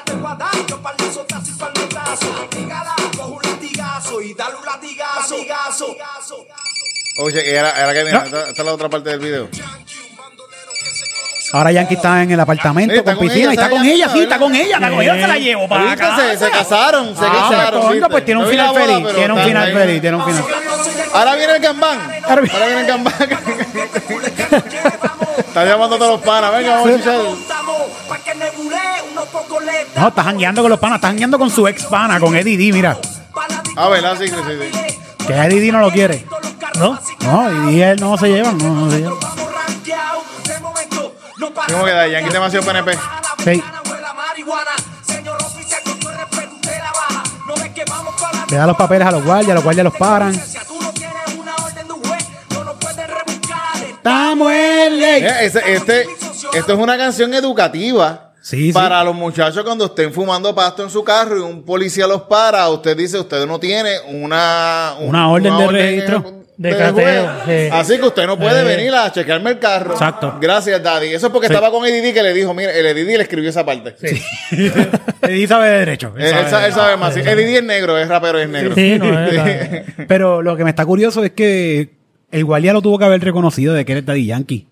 Te voy a dar dos palazotazos y palmetazo. Dígala, coge un latigazo y dale un latigazo. latigazo.
Oye, y ahora, ahora que mira, esta, esta es la otra parte del video.
Ahora Yankee está en el apartamento
Sí, está
con
con
piscina.
ella,
y está
está
con
ella,
ella, sí,
está
está con ella. La cogieron, se la llevo para
¿Viste?
acá.
Se, se casaron, se
Ah,
casaron.
pues, coño,
¿viste?
pues tiene un
No vi la
final
boda,
feliz.
pero
Tiene un
está
final
ahí.
feliz, tiene un final.
Ahora viene el gambán.
Ahora
Ahora
viene-
viene el gambán. Está llamando a todos los panas. Venga, vamos a chichar.
Estamos pa' que nebule unos pocos le
No, está jangueando con los panas, está jangueando con su ex pana, con Eddie D, mira.
pa' la
Ah, ¿verdad? Sí, sí, sí.
Que Eddie D no lo quiere.
¿No?
No, Eddie D él no se llevan, no, no se llevan.
Vamos rankeado, de momento no pasa
¿Cómo queda? Yankee demasiado PNP.
A la
Sí.
ventana huele a marihuana. Señor oficial, con todo el respeto, usted la baja. No ves que vamos para la-
Le da los papeles a los guardias, los guardias los paran.
Si tú no tienes una orden de un juez, no nos puedes rebuscar.
Estamos en ley.
Eh, ese- este, esto es una canción educativa.
Sí, sí.
para los muchachos cuando estén fumando pasto en su carro y un policía los para, usted dice, usted no tiene una, un-
Una orden de registro.
De
del
cateo,
juez.
sí.
Así que usted no puede
Eh.
venir a chequearme el carro.
Exacto.
Gracias, Daddy. Eso es porque estaba con Eddie que le dijo, mire, el Eddie le escribió esa parte.
Eddie D sabe de derecho.
Él, él sabe, él sabe más. Sí, Eddie D es negro, es rapero, es negro.
Sí, no, es la-
Pero lo que me está curioso es que el guardia lo tuvo que haber reconocido de que era el Daddy Yankee.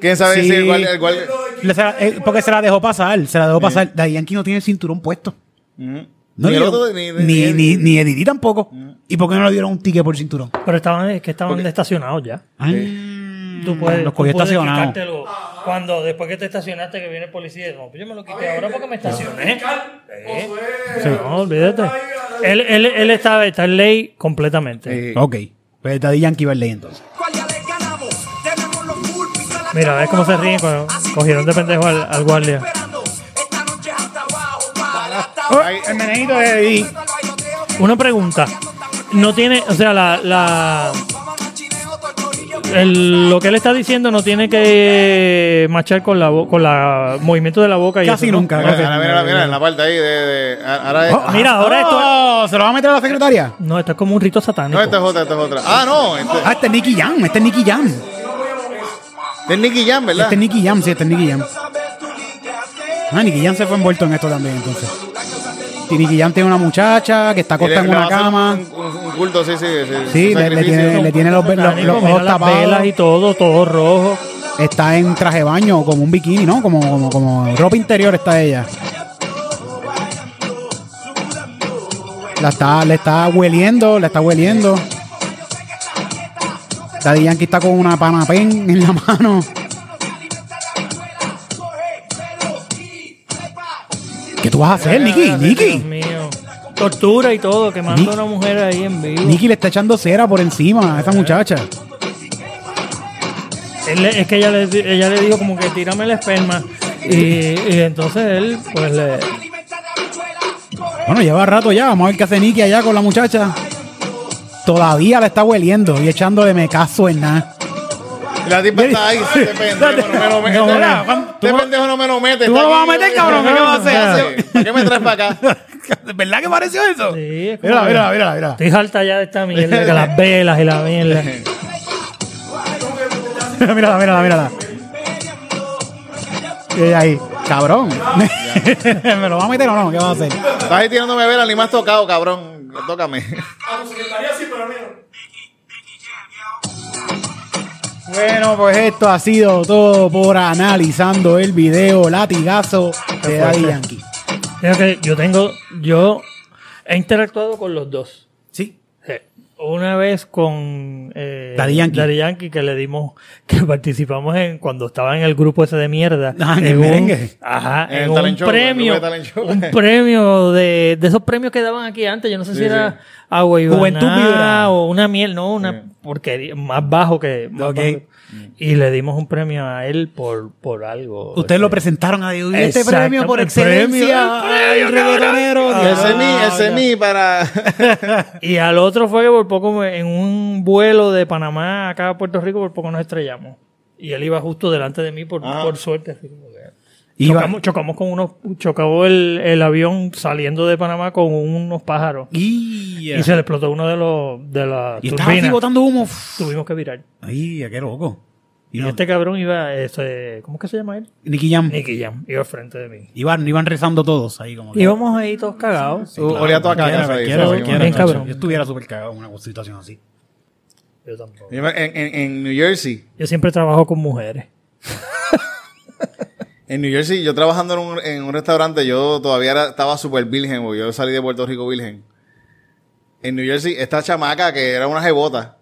¿Quién sabe
Sí.
si el guardia- el guardia-
Le- se la- eh, porque se la dejó pasar, se la dejó pasar. Daddy Yankee no tiene el cinturón puesto. No
ni el
le
otro,
dieron-
ni- ni-
ni,
Mm.
ni, ni Eddie D tampoco. ¿Y por qué no le dieron un ticket por cinturón?
Pero estaban, es que estaban estacionados ya. Mm, Tú puedes,
los
tú
cogió
puedes
estacionados.
quitártelo. Cuando después que te estacionaste que viene el policía, no, pues yo me lo quité ahora porque me estacioné. Sí. No, olvídate. Él, él, él está, está en ley completamente.
Eh,
Ok. Pues Daddy Yankee va al ley entonces.
¿Cuál ya le ganamos? Tenemos los pulpis a la
Mira, ¿ves cómo se ríen cuando cogieron de pendejo al, al guardia? Oh,
esperando. Esta noche es hasta abajo, para hasta
ahí-
El menejito de Didi.
Una pregunta. No tiene, o sea, la, la el- lo que él está diciendo no tiene que machar con la bo- con la movimiento de la boca y
Casi
eso, ¿no?
nunca.
Mira,
casi
mira,
nunca.
mira, mira, en la parte ahí de. de- a- ahora es-
Mira, ahora esto
ah,
Oh, ¿Se lo va a meter a la secretaria?
no, esto es como un rito satánico.
no, esta es otra, esta es otra. Ah, no, este,
Ah, este es Nicky Jam. Este es Nicky Jam.
este es Nicky Jam, ¿verdad?
Este es Nicky Jam, sí, este es Nicky Jam. Ah, Nicky Jam se fue envuelto en esto también, entonces. Y Nicky Jam tiene una muchacha que está
Y le-
acostada en
le va a
una
hacer
cama.
Un, un- un culto, sí, sí. sí, un
Sí, le- le
sacrificio.
tiene- le tiene los- los-
Satánico,
los
mira
ojos
las
tapados.
velas y todo, todo rojo.
Está en traje de baño, como un bikini, ¿no? Como, como, como ropa interior está ella. La está, le está hueliendo, la está hueliendo. Daddy Yankee está con una panapén en la mano. ¿Qué tú vas a hacer, Nicky?
Ay, Dios
Nicky.
mío. Tortura y todo, quemando
Ni-
a una mujer ahí en vivo.
Nicky le está echando cera por encima a esa muchacha.
Él le- es que ella le, di- ella le dijo como que tírame la esperma. Y, y entonces él, pues le.
Bueno, lleva rato ya. Vamos a ver qué hace Nicky allá con la muchacha. Todavía la está hueliendo y echándole me caso en nada.
Y La tipa está ahí. Este pendejo no me lo mete.
No,
Este-
mira, Juan,
este
tú-
pendejo no me lo mete.
tú
está
me vas
aquí,
a meter,
yo-
cabrón, ¿qué vas a hacer?
Hace- ¿Para qué me traes para acá?
¿Verdad que pareció eso?
Sí, es como
mira,
que-
mira, mira, mira.
Estoy harta ya de esta mierda, de las velas y la mierda.
mírala, mírala, mírala. Y ella ahí, cabrón. ¿Me lo va a meter o no? ¿Qué va a hacer?
Estás ahí tirándome vela, ni más tocado, cabrón. Tócame.
A tu secretaria sí, pero a mí no.
Bueno, pues esto ha sido todo por analizando el video latigazo de Daddy Yankee.
Creo que yo tengo. Yo he interactuado con los dos.
Sí.
Sí. Eh, Una vez con eh,
Daddy Yankee.
Yankee, que le dimos, que participamos en cuando estaba en el grupo ese de mierda.
Ah, en el
un-
merengue.
Ajá,
En el
en un
talent show, en el grupo
premio.
de talent show.
Un premio de, de esos premios que daban aquí antes. Yo no sé si era agua y
Juventud
Banana
Vibra.
o una miel, no, una porquería, más bajo que. más
Ok.
bajo. Y le dimos un premio a él por, por algo.
Ustedes lo
Este,
presentaron a Dios. Este
Exacto,
premio por
el premio,
excelencia. al reggaetonero.
Y ese es mí, ese es mí para.
Y al otro fue que por poco me- en un vuelo de Panamá acá a Puerto Rico por poco nos estrellamos. Y él iba justo delante de mí por,
Ah.
por suerte. así como que-
Iba-
Chocamos, chocamos con unos, chocó el, el avión saliendo de Panamá con unos pájaros.
Y,
Y se le explotó uno de los de las
y estaba así
turbinas.
botando humo.
Tuvimos que virar.
Ay, qué loco. Y
Y
no,
este cabrón iba, este, ¿cómo es que se llama él?
Nicky Jam.
Nicky Jam, iba al frente de mí.
Iban, iban rezando todos ahí como que-
Íbamos ahí todos cagados.
Tú Olía toda caca. ahí,
Cualquiera,
sí,
cualquiera,
sí,
cualquiera,
bien
macho.
cabrón.
Yo estuviera súper cagado en una situación así.
Yo tampoco.
sí. En, en- en New Jersey.
Yo siempre trabajo con mujeres.
En New Jersey, yo trabajando en un, en un restaurante, yo todavía era- estaba súper virgen, porque yo salí de Puerto Rico virgen. En New Jersey, esta chamaca que era una jebota,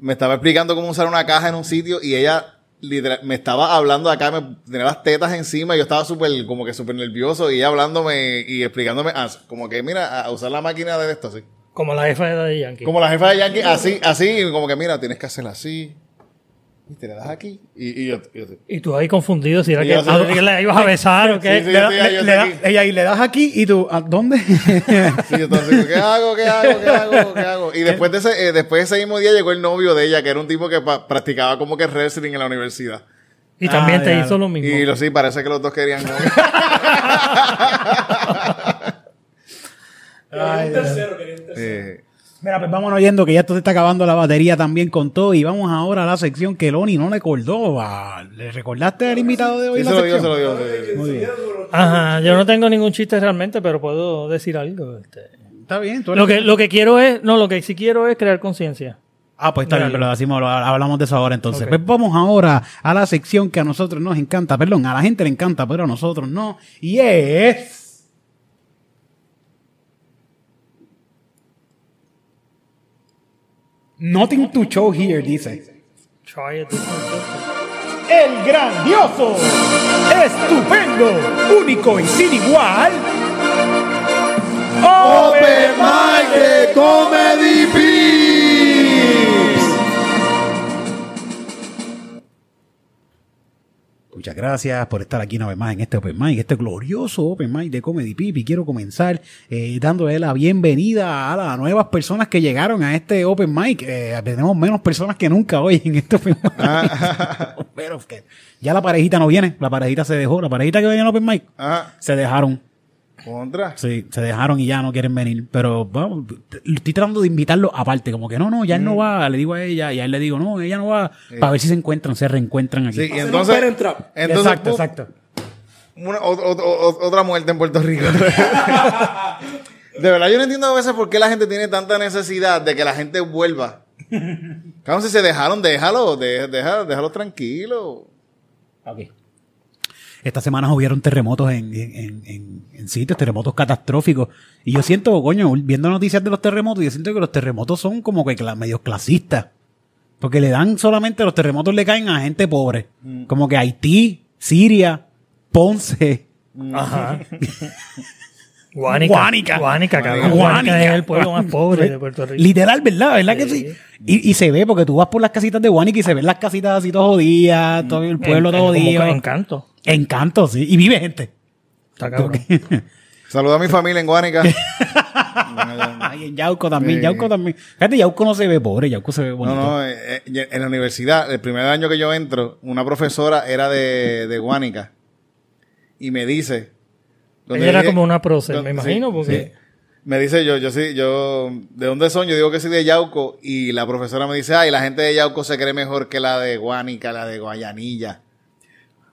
me estaba explicando cómo usar una caja en un sitio y ella literal, me estaba hablando acá, me tenía las tetas encima y yo estaba súper, como que súper nervioso y ella hablándome y explicándome, ah, como que mira, a usar la máquina de esto así.
Como la jefa de Daddy Yankee.
Como la jefa de Yankee, así, así, y como que mira, tienes que hacerla así. Y te la das aquí. Y, y yo, yo-
Y tú ahí confundido si era
Y
que
yo sé-
ah, que la ibas a besar o qué.
Sí, sí, yo estoy ahí, yo
Le
estoy
da-
aquí.
ella y le das aquí y tú, ¿a dónde?
Sí, yo estaba así como, ¿qué hago? ¿Qué hago? ¿Qué hago? ¿Qué hago? Y después de ese, eh, después de ese mismo día llegó el novio de ella, que era un tipo que pa- practicaba como que wrestling en la universidad.
Y también
Ah,
te
ya.
hizo lo mismo.
Y lo, sí, parece que los dos querían. como que-
Hay un tercero que es un tercero.
Eh,
Mira, pues vámonos yendo que ya esto se está acabando la batería también con todo. Y vamos ahora a la sección que Loni no le acordó. ah, ¿Le recordaste al invitado de hoy
sí,
la
se lo digo,
sección?
se lo digo. se lo digo.
Muy bien.
Ajá, yo no tengo ningún chiste realmente, pero puedo decir algo. este.
Está bien. tú eres-
Lo que, lo que quiero es, no, lo que sí quiero es crear conciencia.
Ah, pues está bien, pero lo decimos, lo- hablamos de eso ahora entonces.
Ok.
Pues vamos ahora a la sección que a nosotros nos encanta, perdón, a la gente le encanta, pero a nosotros no. Y es... Nothing to show here, dice.
Try it.
El grandioso, estupendo, único y sin igual. Open
Comedy Pips.
Muchas gracias por estar aquí una vez más en este Open Mic, este glorioso Open Mic de Comedy Pip. Y quiero comenzar eh, dándole la bienvenida a las nuevas personas que llegaron a este Open Mic. Eh, tenemos menos personas que nunca hoy en este Open Mic.
Ah.
Pero que ya la parejita no viene, la parejita se dejó, la parejita que venía al Open Mic
Ajá.
se dejaron.
Contra.
Sí, se dejaron y ya no quieren venir. Pero vamos, t- estoy tratando de invitarlo aparte. Como que no, no, ya él
Mm.
no va. Le digo a ella y a él le digo, no, ella no va. Para ver si se encuentran, se reencuentran aquí.
Sí, y entonces.
parent trap.
entonces,
exacto,
pum,
exacto.
una- ot- ot- ot- otra muerte en Puerto Rico. de verdad, yo no entiendo a veces por qué la gente tiene tanta necesidad de que la gente vuelva. Cabrón, si se dejaron, déjalo, de- deja- déjalo tranquilo.
Esta semana hubieron terremotos en, en- en- en- en sitios, terremotos catastróficos. Y yo siento, coño, viendo noticias de los terremotos, yo siento que los terremotos son como que cla- medios clasistas. Porque le dan solamente, los terremotos le caen a gente pobre. Como que Haití, Siria, Ponce.
Ajá. Guánica.
Guánica.
Guánica, cabrón.
Guánica.
Guánica es el pueblo más pobre de Puerto Rico.
Literal, ¿verdad? ¿Verdad que sí?
Sí.
Y, y se ve, porque tú vas por las casitas de Guanica y se ven las casitas así todo jodidas, todo el pueblo
Mm. En-
todo
en- como
jodido.
que Encanto.
Encanto, sí. Y vive gente.
Está cabrón.
Saluda a mi familia en Guánica.
Ay, en Yauco también,
Sí.
Yauco también. Fíjate, Yauco no se ve pobre, Yauco se ve
No,
bonito.
no, eh, eh, en la universidad, el primer año que yo entro, una profesora era de, de Guánica y me dice... donde
Ella era
llegué-
como una prócer,
donde-
me imagino,
sí,
porque
Me dice yo, yo sí, yo, ¿de dónde son? Yo digo que soy de Yauco y la profesora me dice, ay, la gente de Yauco se cree mejor que la de Guánica, la de Guayanilla.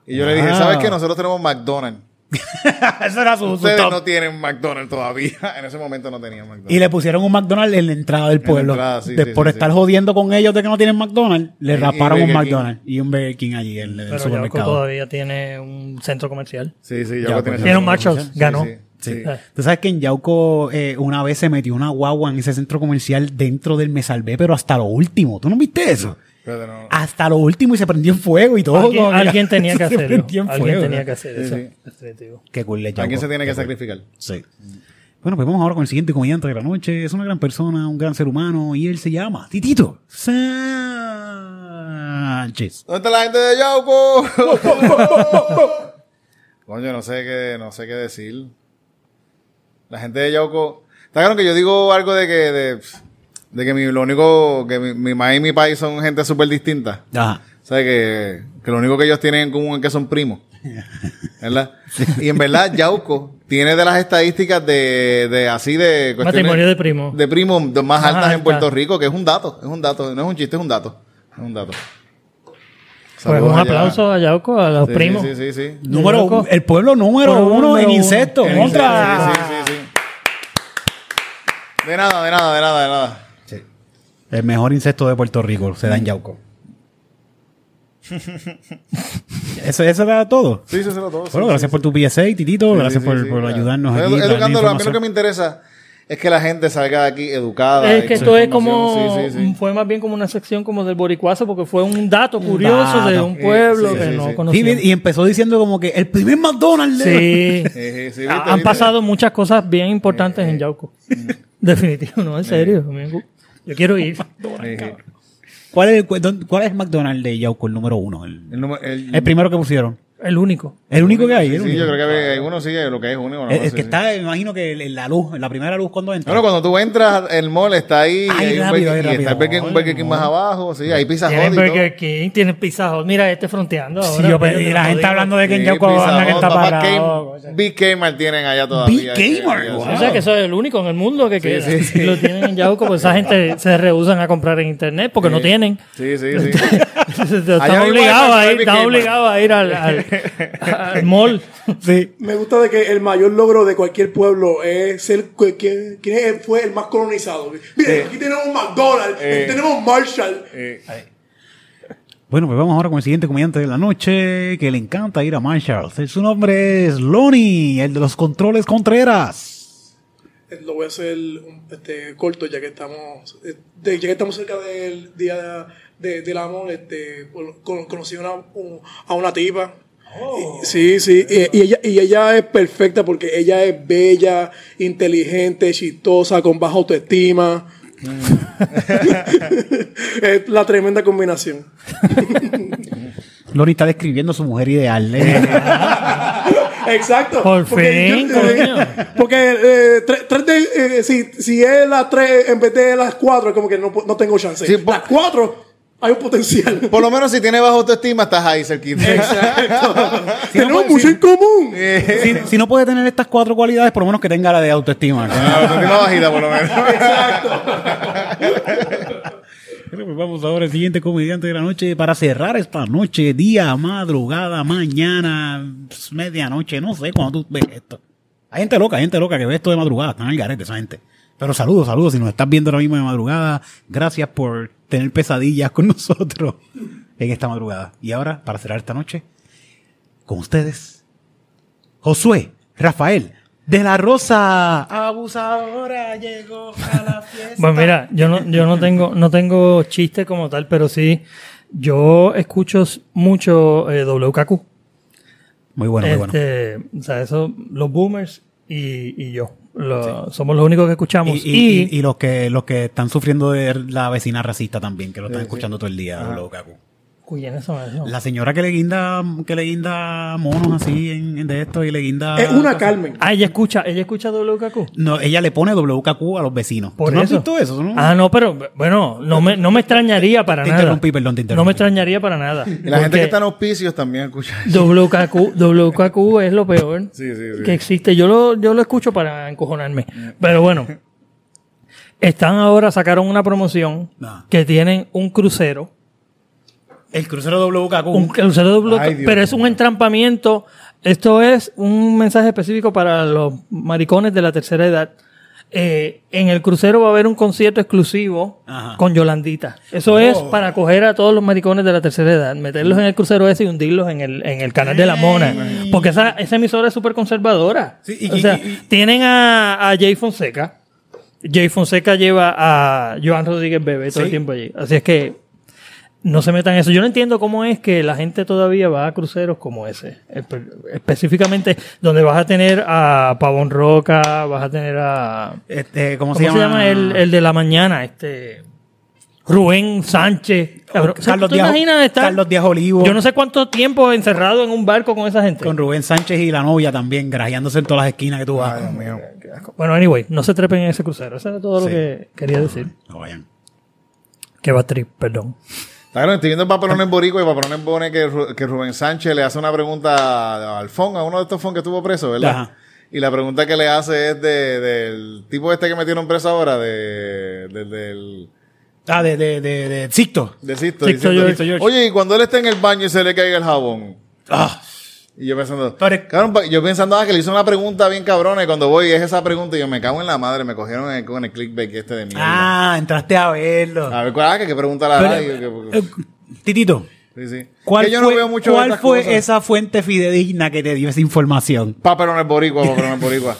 Y yo le dije,
Ah.
¿sabes qué? Nosotros tenemos McDonald's.
Eso era su, su
Ustedes
top.
no tienen McDonald's todavía. En ese momento no tenían McDonald's.
Y le pusieron un McDonald's en la entrada del
la
pueblo.
entrada, sí,
De-
sí,
por
sí,
estar
sí.
jodiendo con ellos de que no tienen McDonald's, le
Y- y
raparon un
Burger King.
McDonald's y un Burger King allí en, en el
pero Yauco
supermercado.
todavía tiene un centro comercial.
Sí, sí,
Ya,
Yauco
pues,
tiene...
Tiene un
ese-
Macho's,
Sí,
ganó.
sí,
Sí.
sí.
Tú sabes que en Yauco eh, una vez se metió una guagua en ese centro comercial dentro del Me Salvé, pero hasta lo último. ¿Tú no viste eso?
Pero no-
Hasta lo último y se prendió en fuego y todo.
Alguien,
como que-
alguien tenía que
se
hacerlo.
prendió en
Alguien
fuego,
tenía
¿no?
que hacer
Sí,
eso.
sí.
Definitivo.
Qué cool es Yauco.
Alguien se tiene que
Qué cool.
sacrificar.
Sí. Bueno, pues vamos ahora con el siguiente comediante de la noche. Es una gran persona, un gran ser humano y él se llama Titito Sánchez.
¿Dónde está la gente de Yauco? Coño, no sé qué, no sé qué decir. La gente de Yauco. Está claro que yo digo algo de que, de, de que mi, lo único, que mi, mi maíz y mi país son gente súper distinta.
Ajá.
O sea, que, que lo único que ellos tienen en común es que son primos. ¿Verdad? Y en verdad, Yauco tiene de las estadísticas de, de así de cuestiones-
Matrimonio de primo.
De primos de más
Más
altas en
alta.
Puerto Rico, que es un dato, es un dato, no es un chiste, es un dato. Es un dato.
Pues
Saludos
un
allá.
aplauso a Yauco, a los
Sí,
primos.
Sí, sí, sí. sí.
Número
Yauco.
el pueblo número
Pueblo
uno
número
en
uno.
insectos.
En
Sí,
Contra.
sí, sí, sí. De nada, de nada, de nada, de nada.
El mejor insecto de Puerto Rico se da en Yauco. eso, eso era todo.
Sí, sí, se lo todo. sí,
Bueno,
sí,
gracias
sí.
por tu PSA, Titito.
Sí,
gracias
sí,
por,
sí,
por
claro.
ayudarnos
Edu-
aquí. darnos
Educándolo, a mí lo
información.
que me interesa es que la gente salga de aquí educada.
Es
y
que
con
esto es
información.
como,
Sí, sí, sí.
fue más bien como una sección como del boricuazo, porque fue un dato curioso
dato.
de un
Sí,
pueblo
sí,
que
sí,
no
sí.
Sí,
conocía.
bien, y empezó diciendo como que el primer McDonald's.
Sí.
Sí, sí, sí, viste,
Ha- Han
viste.
pasado muchas cosas bien importantes
Eh,
en Yauco. Definitivo, no, en serio. amigo. Yo quiero ir.
Sí, sí.
¿Cuál es, el, cu- dónde- ¿Cuál es el McDonald's de Yauco, el número uno? El,
El número- el-
el primero que pusieron.
El único.
El único que hay.
Sí,
el
sí,
único.
yo creo que hay- hay uno, sí, lo que es único. ¿no?
El, el
Sí,
que
sí.
está, me imagino que el- el- la luz, la primera luz cuando entra.
Bueno, cuando tú entras, el mall está ahí. y
Ay,
hay un
rápido,
Burger King,
ay,
y está el
rápido.
Burger King, un Burger King
Ay,
más
no.
abajo, sí, hay Pizza Hut
Tienen
y todo.
Burger King, tienen Pizza Hut. Mira, este fronteando
Sí,
ahora.
yo-
pues,
pero
y
te
la
lo
gente
digo.
hablando de que en
Sí,
Yauco
eh, Pizza
anda que
Hut,
está
papá,
parado.
Game- Big Kmart tienen allá todavía.
Big
sí,
Kmart,
sí, sí.
wow.
O sea que soy el único en el mundo que queda.
sí, sí.
Y lo tienen en Yauco, pues esa gente se rehusan a comprar en internet porque
Eh.
no tienen.
Sí, sí, sí.
están
mismo hay
obligados a ir,
Burger King,
están
man.
obligados a ir al, al- al mall.
Sí.
Me gusta de que el mayor logro de cualquier pueblo es ser cu- quien, quien es- fue el más colonizado. Miren, aquí tenemos McDonald's, aquí tenemos Marshall.
Bueno, pues vamos ahora con el siguiente comediante de la noche que le encanta ir a Marshalls. Eh, Su nombre es Lonnie, el de los controles Contreras.
eh, Lo voy a hacer un- este, corto ya que estamos eh, de- ya que estamos cerca del día de- del amor. Este, con- conocí una- un- a una tipa. Sí, sí, y, y ella, y ella es perfecta porque ella es bella, inteligente, chistosa, con baja autoestima. es la tremenda combinación.
Lori está describiendo a su mujer ideal. ¿eh?
Exacto.
Por
Porque
fin,
yo-
coño.
Porque eh, tres- tres de- eh, si, si es las 3 en vez de las 4, es como que no, pu- no tengo chance.
Sí, por-
las 4 hay un potencial.
Por lo menos si tienes baja autoestima, estás ahí cerquita.
Tenemos mucho en común.
si, si no puede tener estas cuatro cualidades, por lo menos que tenga la de autoestima.
La autoestima bajita, por lo menos.
Bueno, pues vamos ahora al siguiente comediante de la noche para cerrar esta noche, día, madrugada, mañana, pues, medianoche, no sé cuando tú ves esto. Hay gente loca, hay gente loca que ve esto de madrugada, están al garete esa gente. Pero saludos, saludos, si nos estás viendo ahora mismo de madrugada, gracias por tener pesadillas con nosotros en esta madrugada. Y ahora, para cerrar esta noche, con ustedes, Josué, Rafael, de la Rosa, Ah, abusadora, llegó a la fiesta.
Pues mira, yo no, yo no tengo, no tengo chiste como tal, pero sí, yo escucho mucho eh, WKQ.
Muy bueno, muy bueno.
Este, O sea, eso, los boomers y, y yo. Lo- Somos los únicos que escuchamos.
Y, y- y- y los que los que están sufriendo de la vecina racista también, que lo están escuchando todo el día, lo caco.
Uy, en eso me dejó.
La señora que le guinda, que le guinda monos así en, en de esto y le guinda.
Es una Carmen.
Ah, ella escucha, ella escucha WKQ.
No, ella le pone WKQ a los vecinos.
Por
¿Tú no
eso.
has visto eso? ¿no?
Ah, no, pero bueno, no me, no me extrañaría para
Te
nada.
interrumpí, perdón, te interrumpí.
No me extrañaría para nada.
Y la gente que está en
Porque
auspicios también escucha.
WKQ, WKQ es lo peor
Sí, sí, sí.
que existe. Yo lo, yo lo escucho para encojonarme. Pero bueno, están ahora, sacaron una promoción
Ah.
que tienen un crucero.
El crucero WKQ.
Un crucero WKQ,
Ay, Dios
pero es un entrampamiento. Esto es un mensaje específico para los maricones de la tercera edad. Eh, en el crucero va a haber un concierto exclusivo
Ajá.
con Yolandita.
Oh.
Eso es para coger a todos los maricones de la tercera edad, meterlos en el crucero ese y hundirlos en el, en el canal de la mona. Porque esa, esa emisora es súper conservadora.
Sí, y-
o
y-
sea,
y-
tienen a, a Jay Fonseca. Jay Fonseca lleva a Joan Rodríguez Bebé todo el
Sí.
tiempo allí. Así es que no se metan en eso. Yo no entiendo cómo es que la gente todavía va a cruceros como ese. Espe- Específicamente donde vas a tener a Pavón Roca, vas a tener a...
Este, ¿Cómo,
¿Cómo se llama, el, el de la mañana? Este... Rubén Sánchez. Cabrón, o sea,
Carlos
¿tú te
Díaz-
imaginas estar-
Carlos Díaz Olivo.
Yo no sé cuánto tiempo encerrado en un barco con esa gente.
Con Rubén Sánchez y la novia también, grajeándose en todas las esquinas que tú vas.
Bueno, anyway, no se trepen en ese crucero. Eso era todo lo
Sí.
que quería decir.
No vayan.
Que va trip, perdón.
Está claro, estoy viendo el papelón en Borico y el papelón en Bone que, Ru- que Rubén Sánchez le hace una pregunta al Fon, a uno de estos Fon que estuvo preso, ¿verdad?
Ajá.
Y la pregunta que le hace es de, del tipo este que metieron preso ahora, de, del- del,
Ah, de, de, de, de Sixto.
del Sisto.
Sixto
diciendo,
George, Sixto George.
Oye, y cuando él está en el baño y se le caiga el jabón. Y yo pensando,
Pero es-
cabrón, pa- yo pensando ah, que le hizo una pregunta bien cabrona y cuando voy es esa pregunta y yo me cago en la madre, me cogieron en- con el clickbait este de mierda.
Ah, entraste a verlo.
A ver, ¿cuál ah, que, que pregunta la radio, que- que-
Eh, Titito.
sí, sí.
¿Cuál
Que yo no
fue,
veo mucho de
cuál
estas
fue
cosas.
esa fuente fidedigna que te dio esa información?
Papelones boricua, papelones boricua.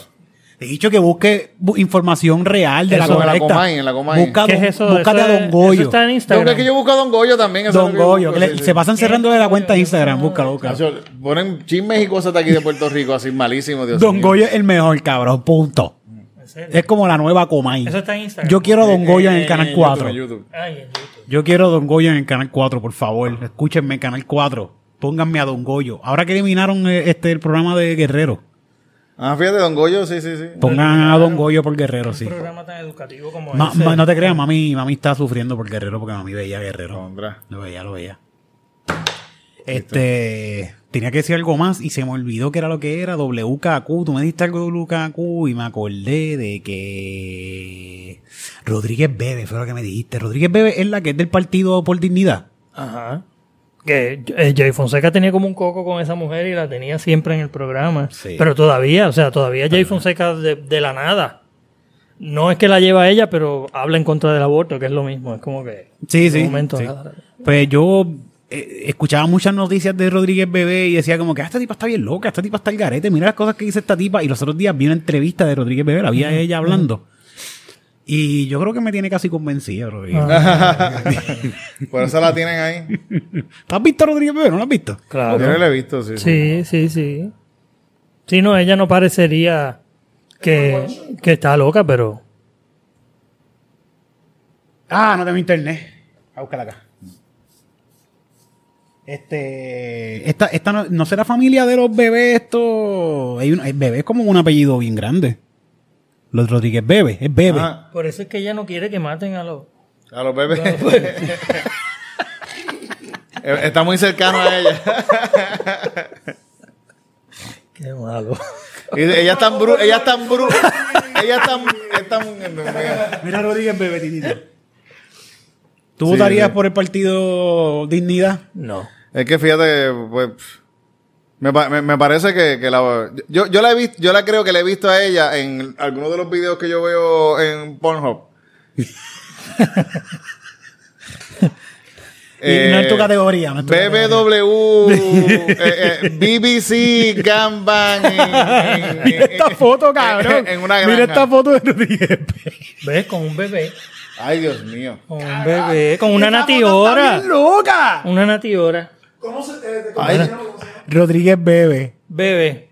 Te he dicho que busque bu- información real de la
Eso, en la
correcta.
Comay, en la Comay.
Busca,
¿Qué
don-
es eso?
búscate
Eso
a Don
es-
Goyo.
Eso está en
No,
Instagram.
que es que yo he buscado a Don Goyo también. eso es lo
Don
que yo
Goyo.
busco,
que le-
sí, sí.
Se pasan cerrándole la cuenta de Instagram. Búscalo,
Ah,
búscalo.
yo- Ponen chismes y cosas de aquí de Puerto Rico, así malísimo, Dios
Don
mío.
Goyo es el mejor, cabrón. Punto.
¿En serio?
Es como la nueva Comay.
Eso está en Instagram.
Yo quiero a Don Goyo en el
Eh,
Canal
YouTube,
4.
en YouTube.
Ay, en YouTube.
Yo quiero a Don Goyo en el Canal 4, por favor. Escúchenme, Canal 4. Pónganme a Don Goyo. Ahora que eliminaron eh, este, el programa de Guerrero.
Ah, fíjate, Don Goyo, sí, sí, sí.
Pongan a Don Goyo por Guerrero, sí.
Un programa tan educativo como
Ma-
ese.
ma- no te creas, mami, mami está sufriendo por Guerrero porque mami veía a Guerrero.
Contra.
Lo veía, lo veía. Este, tenía que decir algo más y se me olvidó que era lo que era WKQ. Tú me diste algo de WKQ y me acordé de que Rodríguez Bebe fue lo que me dijiste. Rodríguez Bebe es la que es del partido por dignidad.
Ajá. Que eh, Jay Fonseca tenía como un coco con esa mujer y la tenía siempre en el programa.
Sí.
Pero todavía, o sea, todavía Jay Fonseca de, de la nada. No es que la lleva a ella, pero habla en contra del aborto, que es lo mismo. Es como que.
Sí,
de
sí.
momento,
sí.
nada.
Pues yo eh, escuchaba muchas noticias de Rodríguez Bebé y decía como que "Ah, esta tipa está bien loca, esta tipa está el garete, mira las cosas que dice esta tipa. Y los otros días vi una entrevista de Rodríguez Bebé, la vi a ella hablando. Y yo creo que me tiene casi convencido, Rodríguez.
Ah.
Por eso la tienen ahí.
¿Te has visto a Rodríguez Bebé? ¿No lo has visto?
Claro.
Yo no la he visto, sí.
Sí, sí, sí. Sí, no, ella no parecería que, que está loca, pero.
Ah, no tengo internet. A buscarla acá. Este. Esta, esta no, ¿no será familia de los bebés esto. Hay un, hay bebé es como un apellido bien grande. Los Rodríguez Bebe, es Bebe.
Ah,
Por eso es que ella no quiere que maten a los.
a los bebés. Eh, Está muy cercano a ella.
Qué malo.
Y ella es tan bru, ella es tan bru, ella es tan, es tan-
Mira Rodríguez Bebe, Tinito. ¿Tú
Sí,
votarías
sí.
por el partido Dignidad?
No.
Es que fíjate, pues, me, pa- me- me parece que, que la, yo, yo la he visto, yo la creo que la he visto a ella en algunos de los videos que yo veo en Pornhub. Eh,
Y no es tu categoría, no es tu
BBW, eh, eh, BBC, Gangbang. en- en- en-
Esta foto, cabrón.
En, en una granja.
Mira esta foto de Rodríguez Bebe.
¿Ves? Con un bebé.
Ay, Dios mío.
Con un bebé. Con una natiora.
loca!
Una natiora.
¿Cómo se.? eh, de-
Ay.
¿cómo se llama? ¿Cómo se llama?
Rodríguez Bebe.
Bebé.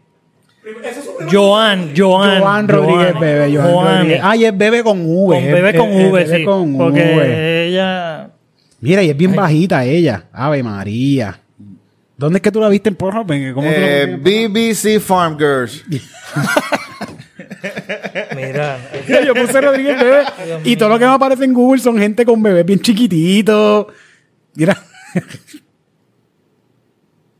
Prim- ese es su primer-
Joan, Joan.
Juan Rodríguez
Joan.
Bebe. Joan
Joan.
Rodríguez. Ay, es Bebe con V.
Con
es-
bebé
es-
con
es
V,
Bebe
sí.
con
porque
V.
ella.
Mira, y es bien bajita ella. Ave María. ¿Dónde es que tú la viste en Pornhub? ¿En- ¿Cómo tú la viste
Eh,
en Pornhub?
BBC Farm Girls.
Mira.
Mira, yo puse Rodríguez Bebe y todo lo que me aparece en Google son gente con bebés bien chiquititos. Mira.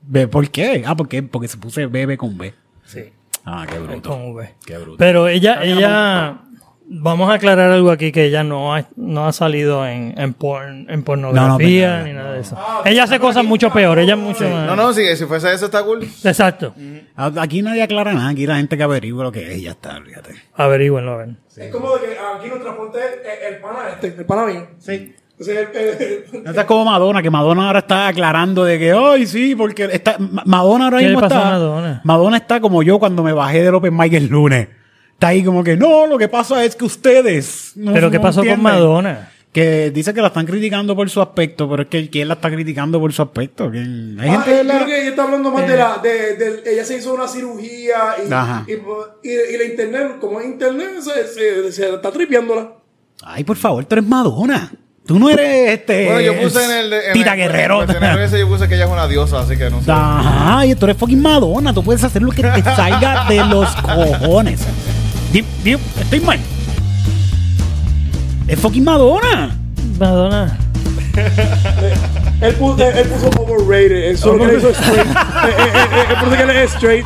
Ve, ¿Por qué? Ah, porque, porque se puse bebé con B.
Sí.
Ah, qué bruto.
Con V.
Qué bruto.
Pero ella, ella, vamos a aclarar algo aquí que ella no ha, no ha salido en, en, porn- en pornografía
No, no,
ni nada de eso. ella hace cosas mucho peor, ella es mucho más-
No, no, si, si fuese eso está cool.
Exacto.
A- Ah, Aquí nadie aclara nada. Aquí la gente que averigua lo que es, ya está, fíjate.
Averígüenlo, a ver.
Es como de que aquí nos transporte el, el, el pana este.
El pana mío.
Sí.
Ese es el- el- el-
No estás como Madonna, que Madonna ahora está aclarando de que, ay, sí, porque está, Ma- Madonna ahora
¿Qué le
mismo
pasó
está.
a Madonna?
está como yo cuando me bajé del Open Mic el lunes. Está ahí como que, no, lo que pasa es que ustedes. no-
Pero ¿qué
no
pasó con
entienden".
Madonna?
Que dice que la están criticando por su aspecto, pero es que ¿quién la está criticando por su aspecto? ¿Quién? Hay
Ah,
gente.
yo creo que ella está hablando más de la. De, del- ella se hizo una cirugía y,
Ajá.
y, y- y la internet, como es internet, se, se, se está tripeándola.
Ay, por favor, tú eres Madonna. Tú no eres este.
Bueno, yo puse en el. de- en
Tita
el-
Guerrero.
en el escenario ese yo puse que ella es una diosa, así que no sé.
Ajá, y tú eres fucking Madonna, tú puedes hacer lo que te salga de los cojones. Dip, dip, estoy mal. Es fucking Madonna.
Madonna.
Él puso, él, él puso overrated. Eso es lo que le hizo straight. Eh, eh, eh, eh, Él puso que le es straight.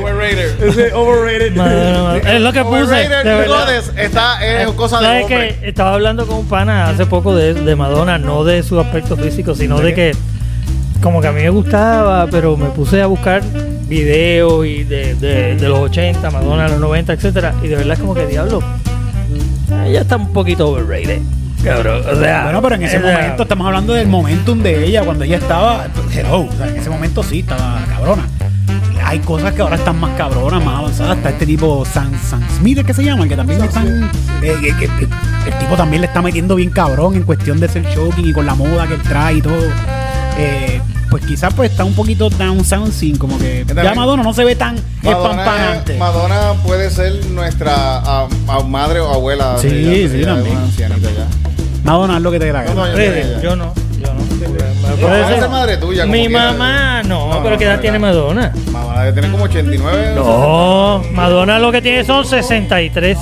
Overrated.
Ese overrated.
Madonna, Madonna. Es lo que puse.
Overrated,
de verdad. Eh,
goddess, está, es cosa de
¿Sabes
hombre.
que estaba hablando con un pana hace poco de, de Madonna, no de su aspecto físico, sino de que como que a mí me gustaba, pero me puse a buscar videos y de, de- de los 80, Madonna de los 90, etcétera, y de verdad es como que diablo. Ella está un poquito overrated. Cabrón, o sea,
Bueno, pero en ese
o sea,
momento estamos hablando del momentum de ella, cuando ella estaba. Hello, o sea, en ese momento sí, estaba cabrona. Hay cosas que ahora están más cabronas, más avanzadas. Está este tipo San, San Smith, que se llama, que también están. eh, que- que- que- el tipo también le está metiendo bien cabrón en cuestión de ser shocking y con la moda que él trae y todo. Eh, pues quizás pues está un poquito down sound sin como que. Ya
también-
Madonna no se ve tan
Madonna,
espampanante.
Madonna puede ser nuestra ah, ah, madre o abuela.
Sí,
ella-
sí,
ella es
también.
una ancianita ya.
Madonna es lo que te
¿Cuántos
graba.
años tiene
Freddy,
ella?
yo no, yo no.
puede ser madre tuya, como
Mi
quiera.
mamá, no,
No,
pero
no,
¿qué edad
no,
tiene
no.
Madonna?
Madonna debe tener como 89.
No, Oh, Madonna lo que tiene son 63.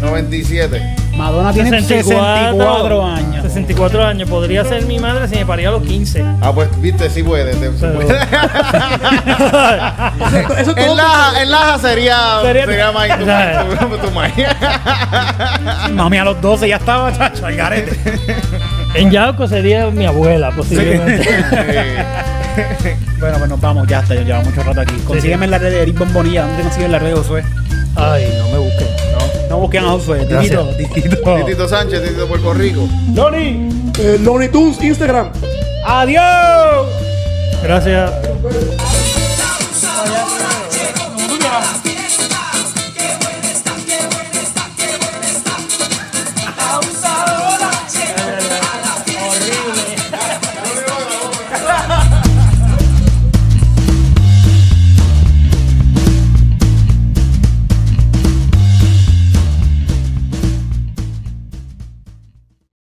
97.
Madonna tiene 64 años.
64 años. Podría ser mi madre si me paría a los 15.
Ah, pues viste, sí puede. te- sí
Pero-
puede.
Eso, eso todo.
en Laja, en Laja sería.
Sería-
Sería Mike, tu, tu- tu Mike.
Mami, a los 12 ya estaba, chacho, al garete.
en Yauco sería mi abuela, posiblemente.
bueno, pues nos vamos, ya está, ya llevamos mucho rato aquí. Consígueme en la red de Eric Bombonilla, ¿dónde consiguen la red de Josué?
Ay, no me busquen.
No busquen a Josué, Titito, Titito.
Sí. Tito Sánchez, Tito Puerto Rico.
¡Loni!
Eh, Looney Tunes, Instagram.
¡Adiós!
Gracias.
I